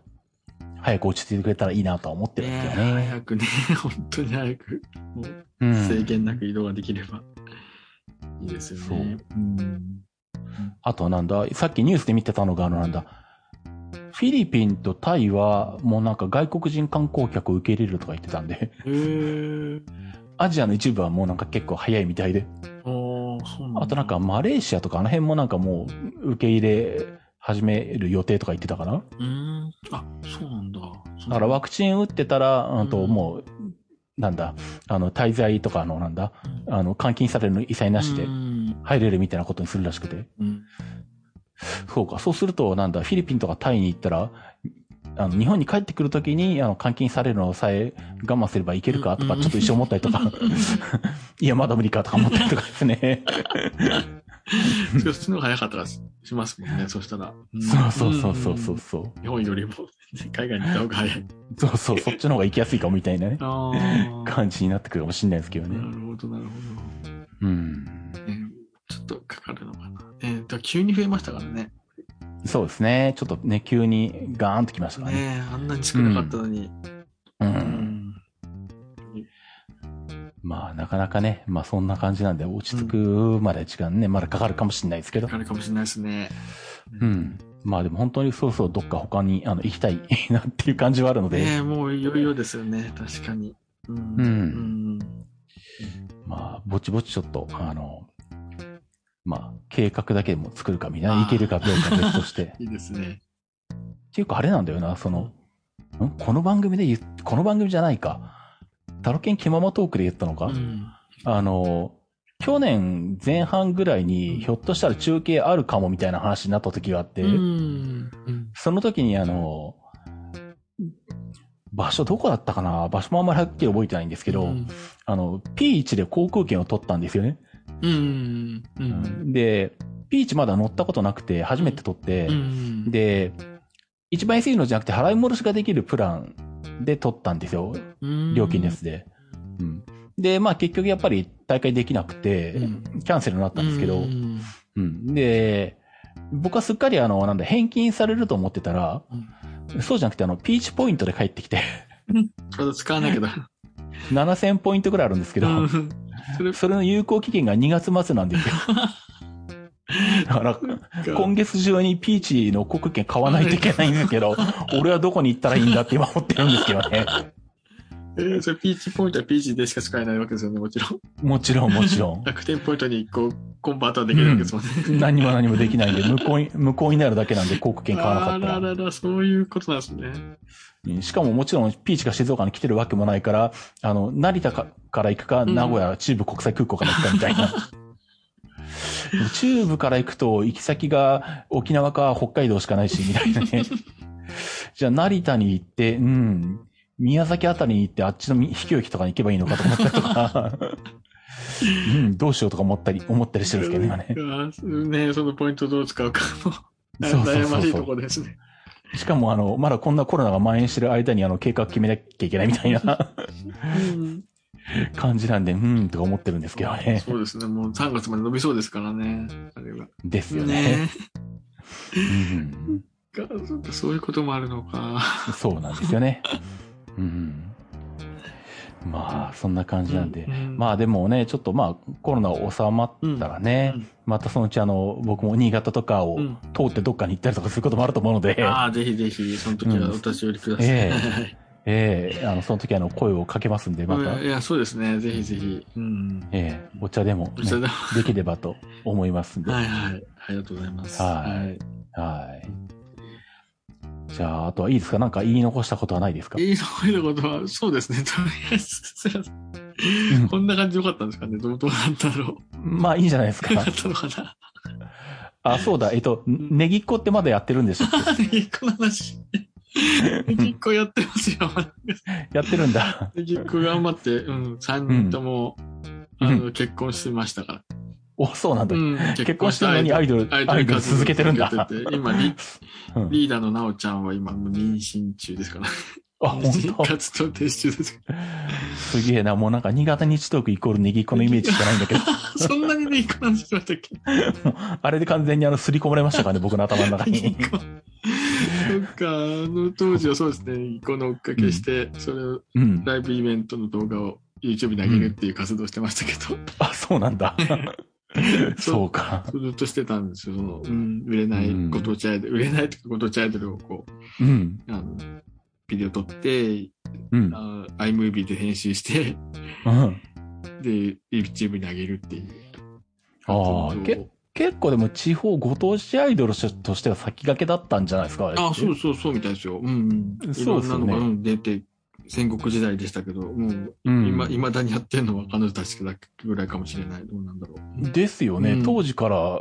あ、早く落ち着いてくれたらいいなとは思ってるんです
ね
けどね。
早くね、本当に早く、もう
うん
制限なく移動ができればいいですよね。うん。
あとなんだ、さっきニュースで見てたのがあのなんだ、フィリピンとタイはもうなんか外国人観光客を受け入れるとか言ってたんで、
へえ。
アジアの一部はもうなんか結構早いみたいで、
ああ、そうなんだ
あとなんか、マレーシアとかあの辺もなんかもう受け入れ始める予定とか言ってたかな。
うん。あ、そうなんだ。そう
だからワクチン打ってたら、うんと
うん
もう、なんだ、あの滞在とかのなんだ、あの監禁されるの一切なしで
うん。
入れるみたいなことにするらしくて。
うん
そうか。そうすると、なんだ、フィリピンとかタイに行ったら、あの、日本に帰ってくるときに、あの、監禁されるのさえ我慢すればいけるかとか、
うん
ちょっと一生思ったりと か、いや、まだ無理かとか思ったりとかですね。
そっちの方が早かったらしますもんね、そしたら。ん
そうそうそうそうそう。そう。
日本よりも海外に行った方が早い。
そうそう、そっちの方が行きやすいかもみたいなね、
ああ。
感じになってくるかもしれないですけど
な
ね。
るほど、なるほ
うん。
ど。ねちょっとかかるのかな。えー、だから急に増えましたからね。
そうですね。ちょっとね、急にガーンときましたからね。
ねえあんなに少なかったのに。
う。
うんん。
まあ、なかなかね、まあそんな感じなんで、落ち着くまで時間ね、まだかかるかもしれないですけど
か。かるかもしれないですね。
うん。まあでも本当にそろそろどっか他にあの行きたいなっていう感じはあるので、
ねえもういよいよですよね、確かに。うん
うん
うん。
まあぼちぼちちょっと、あの、まあ計画だけでも作るかみたい
あ
な、い
ー
けるかどうか別と して。っ
いいですね。
ていうかあれなんだよな、その、んこの番組で言っ、この番組じゃないか。タロケン気ままトークで言ったのか、
うん。
あの、去年前半ぐらいに、ひょっとしたら中継あるかもみたいな話になった時があって、
うん。うん
その時にあの、場所どこだったかな場所もあんまりはっきり覚えてないんですけど、
うん。
あの、P1 で航空券を取ったんですよね。
うん。うん。
で、P1 まだ乗ったことなくて、初めて取って、
うん、
で、一番安いのじゃなくて払い戻しができるプランで取ったんですよ。料金ですで。うんで、まあ結局やっぱり大会できなくて、
うん
キャンセルになったんですけど、
うん
うん。で、僕はすっかりあの、なんだ、返金されると思ってたら、そうじゃなくてあの、ピーチポイントで帰ってき て、
体使わないけど。
7000ポイントぐらいあるんですけど、
うん それ
それの有効期限が2月末なん ですよ。だから、今月中にピーチの航空券買わないといけないんですけ ど、俺はどこに行ったらいいんだって今思ってるんですけどね。
えーそれピーチポイントはピーチでしか使えないわけですよね、もちろん。
もちろんもちろん。
楽天ポイントにこう、コンバートはできるわけですもんね。
何も何もできないんで、無効に、無効になるだけなんで航空券買わなか
あ
ったら
ら。らら、そういうことなんですね。
うんしかももちろん、ピーチが静岡に来てるわけもないから、あの、成田かから行くか、
うん
名古屋、中部国際空港から行くかみたい な。中部から行くと、行き先が沖縄か北海道しかないし、みたいなね。じゃあ、成田に行って、うん、宮崎あたりに行って、あっちのみ飛行機とかに行けばいいのかと思ったりと か、うん、どうしようとか思ったり、思ったりしてるんですけ ど、今ね。
ね。ねそのポイントどう使うかも。
そうそうそうそう
悩ましいところですね。
しかも、あの、まだこんなコロナが蔓延してる間に、あの、計画決めなきゃいけないみたい な
うん
感じなんで、うん、とか思ってるんですけどね。
そうですね。もう3月まで伸びそうですからね。あれが。
ですよね。
ね
うん
がそうかそういうこともあるのか。
そうなんですよね。うん。まあ、そんな感じなんで。ま
あ、
あでもね、ちょっとまあコロナ収まったらね、
うんうん
またそのうちあの、僕も新潟とかを
うん
通ってどっかに行ったりとかすることもあると思うので、
ああ、ぜひぜひ、その時はお立ち寄りください。
うんえええあの、その時あの、声をかけますん で、また、
いや、そうですね。ぜひぜひ。うん。
ええお茶でもね、
お茶でも
できればと思いますんで。
はいはい。ありがとうございます。
はいはい。じゃあ、あとはいいですかなんか言い残したことはないですか
い。いいの声のことは、そうですね。とりあえずすいません、
うん
こんな感じでよかったんですかね。どうどうだったんだろ
まあいいんじゃないです
う。よ
か
か。ったのかな。
あ、そうだ、えっと、
ん
ネギっ子ってまだやってるんでしたっ
ネギっ子の話。 ネギっ子やってますよ。
けやってるんだ。
ネギっ子頑張って、うん、3人とも、
うん
あ
う
の、結婚してましたから。
お、そうなんだ。
うん、
結婚してるのにアイドル、アイドル
活動
続けてるんだ。
続けて て今リ、
うん
リーダーのなおちゃんは今、妊娠中ですから。
あ、
妊
本
娠活動停止中です か
当。すげえな。もうなんか、新潟日トークイコールネギっ子のイメージしかないんだけど、
ら。そんなにネギっ子なんてしましたっけ
あれで完全にあの、すり込まれましたからね、僕の頭の中 に。
そっか、あの当時はそうですね、この追っかけして、それを
うん。
ライブイベントの動画を YouTube に上げるっていう活動してましたけど、
あ、そうなんだ。 そうか。
ずっとしてたんですよ、その、うん、売れないご当地アイドル、売れないとかご当地アイドルをこ
うん。
う、あのビデオ撮って、
うん。
あ iMovie で編集して、
うん。
で、YouTube に上げるっていう。
ああけ結構でも地方ご当地アイドルとしては先駆けだったんじゃないですかあれって
あ、そうそうそうみたいですよ。うん、うん。い
そう
ろ
っ
ん
す
な
よ
の
ね
が、うん、出て、戦国時代でしたけど、うん、
うん
今、いまだにやってるのは彼女たちだけぐらいかもしれない。どうなんだろう。
ですよね、
うん
当時から、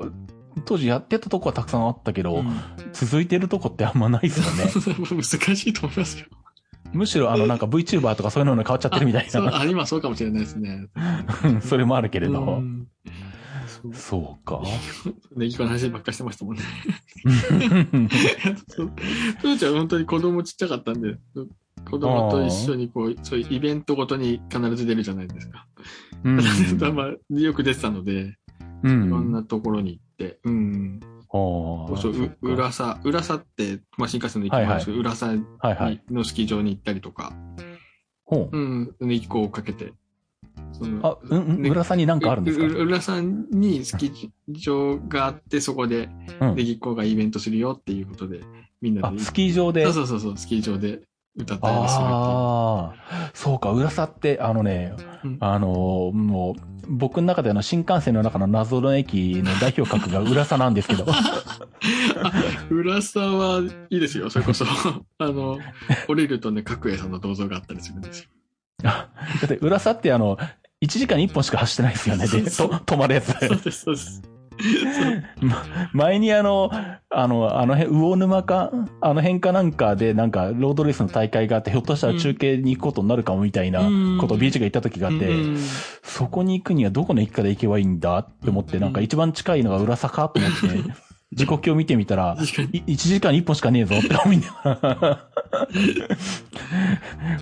当時やってたとこはたくさんあったけど、
うん
続いてるとこってあんまないですよ ね。
難しいと思いますよ。
むしろあのなんか VTuber とかそういうのに変わっちゃってるみたい
そう
な、
あ、今そうかもしれないですね。
それもあるけれど。
うんそう
そうか。
ネギコの話ばっかりしてましたもんね。 そう父ちゃん本当に子供ちっちゃかったんで、子供と一緒にこう、そういうイベントごとに必ず出るじゃないですか。
うん
たまによく出てたので、
う
いろん
ん。
なところに行って、うん。
あー
そう、
そっ
う
か
浦佐、浦佐って、まあ、新幹線の駅もあるんですけど、浦佐
はいはい。
のスキー場に行ったりとか、
ほう
うん、一個をかけて、その
あ、うん、うん、
ね
浦さんになんかあるんです
うう浦さんにスキー場があって、そこで、
か、うん
ネギっ子がイベントするよっていうことで、みんな
あ
で、。
スキー場で。
そうそうそうそう、スキー場で歌ったりするっ
ああ、そうか、浦沢って、あのね、
うん
あの、もう、僕の中であの、新幹線の中の謎の駅の代表格が浦沢なんですけ ど、
ていう。浦沢はいいですよ、それこ そ。あの、降りるとね、角栄さんの銅像があったりするん ですよ。
だって浦沢ってあの、1時間に1本しか走ってないですよね、で、と
そう
止まるやつ。
そうです、そうです。
ま前にあの、あの、あの辺、魚沼か、あの辺かなんかで、なんか、ロードレースの大会があって、ひょっとしたら中継に行くことになるかもみたいなことを
うん
ビーチが言った時があって、
うんうん
そこに行くにはどこの駅から行けばいいんだって思って、
うん
なんか一番近いのが浦坂と思 って、時刻表見てみたら、
確かに。
い1時間に1本しかねえぞって思いながら、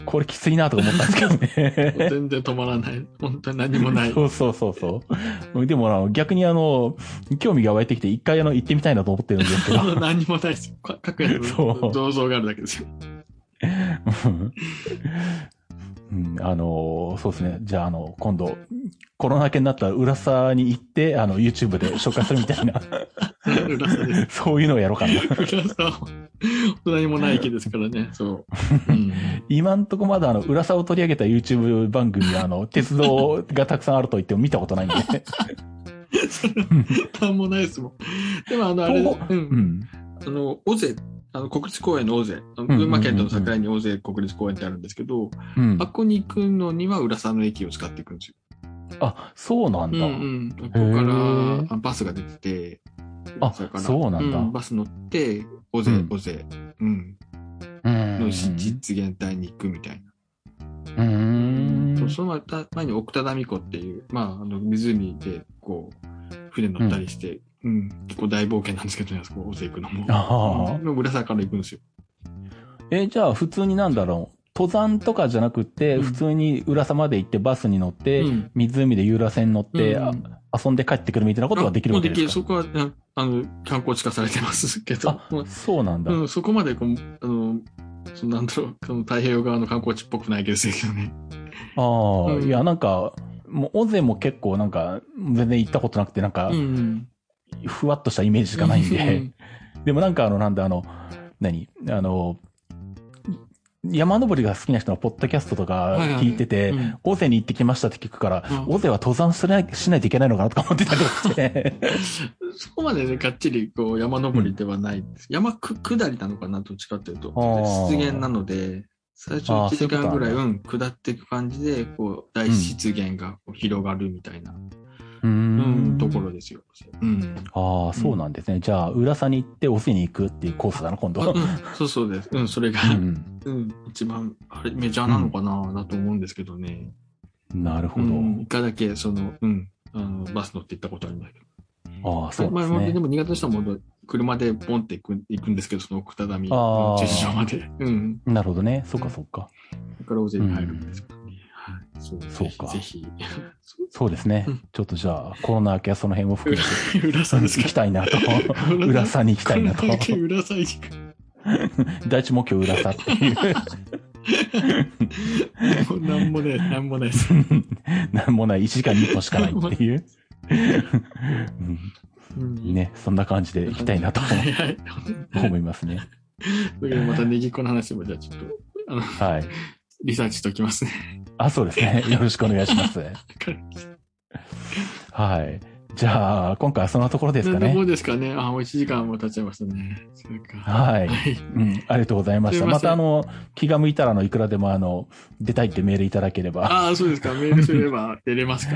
これきついなとか思ったんですけどね。
全然止まらない。本当に何もない。
そうそうそうそう。でもあの逆にあの、興味が湧いてきて一回あの行ってみたいなと思ってるんですけど。
何もないですよ。か各やつ
そう
銅像があるだけですよ。
うんうん、あのそうですね。じゃあ、あの、今度、コロナ禍になったら浦沢に行って、あの、YouTube で紹介するみたいな、
裏さ です。
そういうのをやろうかな。
裏さは何もない駅ですからね。 そう。うん
今んとこまだあの、浦沢を取り上げた YouTube 番組はあ の、鉄道がたくさんあると言っても見たことないんで。
何もないですもん。でも、あの、あれ、
ほ
う。
うんん。
あの、尾瀬、あの、国立公園の尾瀬、あの
うんうんうん
群馬県との境に尾瀬国立公園ってあるんですけど、
うん
あ。ここに行くのには浦沢の駅を使っていくんですよ。
あ、そうなん
うん
だ。
うん。ここから
へー
あバスが出てて、
あ
それから
そうなんだ
うバス乗って、尾瀬、
うん
尾瀬、う
う
ん。
ん
の実現体に行くみたいな。
う
そ
ん。
その前た前に奥田美子っていう、まあ、あの湖でこう船乗ったりして、うん結構大冒険なんですけどね、あそこ大勢行くのも。
ああ
うんでも浦沢から行くんですよ。
えーじゃあ普通になんだろう。登山とかじゃなくて、
うん
普通に浦沢まで行ってバスに乗って、
うん
湖で遊覧船に乗って、
うん
あ遊んで帰ってくるみたいなことができるわけですか
もうできるそこは、ああの、観光地化されてますけど。
あそうなんだ。
うん、そこまでこう、あの、そのなんだろう、その太平洋側の観光地っぽくないですけどね。
ああ、
うん
いや、なんか、もう、尾瀬も結構なんか、全然行ったことなくて、なんか
う、ん。
ふわっとしたイメージしかないん
う
で、。でもなんかあの、なんだ、あの、何あの、山登りが好きな人のポッドキャストとか
はいはい
聞いてて、
うん
尾瀬に行ってきましたって聞くから
うん、
尾瀬は登山しないしないといけないのかなとか思ってたりとかして。
そこまでね、がっちりこう山登りではないです。山く下りなのかな、どっちかっていうと。
あー
湿原なので、最初
あー
1時
そういうこ
間
と
ぐらい、
な
うん、下っていく感じで、こう、大湿原がこう広がるみたいな、
うー
うんん、ところですよ。うん。
ああ、そうなんですね。じゃあ、浦沢に行って、尾瀬に行くっていうコースだな、今度。
あうんそうそうです。うん、それが、
うん
うん、一番、あれ、メジャーなのかな、だと思うんですけどね。
なるほ
う
ど。
ん、一回だけ、その、うん、あの、バス乗って行ったことありますけど。
ああ、そうで
まあ
す
まあ、
ね
で。も苦手な人はもう車でポンって行く行くんですけど、その奥只見
あ
の
ー
駐車場まで。うん。
なるほどね。そっかそっか。
だから大勢に入るんですけどね。はいそう
そうか
ぜ ひ。ぜひ
そうですね
うん。
ちょっとじゃあ、コロナ明けはその辺を含めて、
そう浦さんです
行
か
きたいな と。浦沢に行きたいなと。
こんだけ浦さん 行く。
第一目標浦沢っていう。
もうなんもない、なんもないです。
なんもない、1時間2本しかないっていう。うん、
ね。
ね、そんな感じで行きたいなと
はいはい。
思いますね。
というわけでまたネギっ子の話もじゃあちょっと
はい。
リサーチしておきますね。
あ、そうですね。よろしくお願いします。
わかり
はい。じゃあ、今回はそんなところですか
なんど
ね
う。ですかね。あ、もう1時間も経っちゃいましたね。そうか。
はい。
はい。
うん、ありがとうございまし
す
た。
いま
ま
せん
た、あの、気が向いたら、あの、いくらでも、あの、出たいってメールいただければ。
ああ、そうですか。メールすれば出 れますか。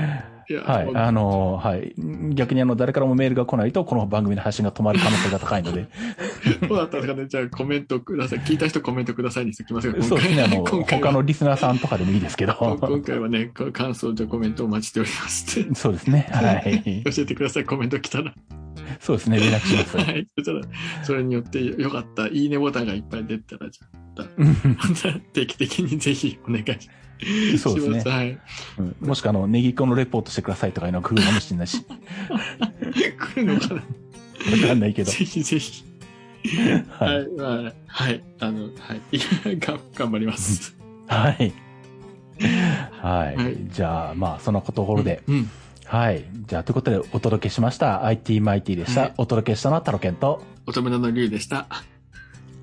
いや
はい。あのはい。逆にあの、誰からもメールが来ないと、この番組の配信が止まる可能性が高いので。
どうだったんですかねじゃあコメントください。聞いた人コメントくださいにしてきます が、
そうですね。あの、
今回は
他のリスナーさんとかでもいいですけ
今
ど。
今回はね、こ感想とコメントをお待ちしておりますって。
そうですね。 はい。
教えてください、コメント来たら。
そうですね。連絡します。
はい。そしたら、それによってよかった、いいねボタンがいっぱい出たら、じゃあ
うん
また定期的にぜひお願いします。
そうですね
はい。
うんもしくは、あの、ネギっ子のレポートしてくださいとかいうのは工夫かもしれない し。
来るのかな
わかんないけど
ぜ。ひぜひ。は。
はい
はい。はい。あの、はい。頑頑張ります。
い。はい。
は
はいい。じゃあ、まあ、そのところで。
うん。
はい。じゃあ、ということで、お届けしました。IT マイティでし
はい
た。お届けしたのはタロケンと、
乙女座の龍でした。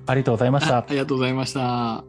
ありがとうございました
あ。ありがとうございました。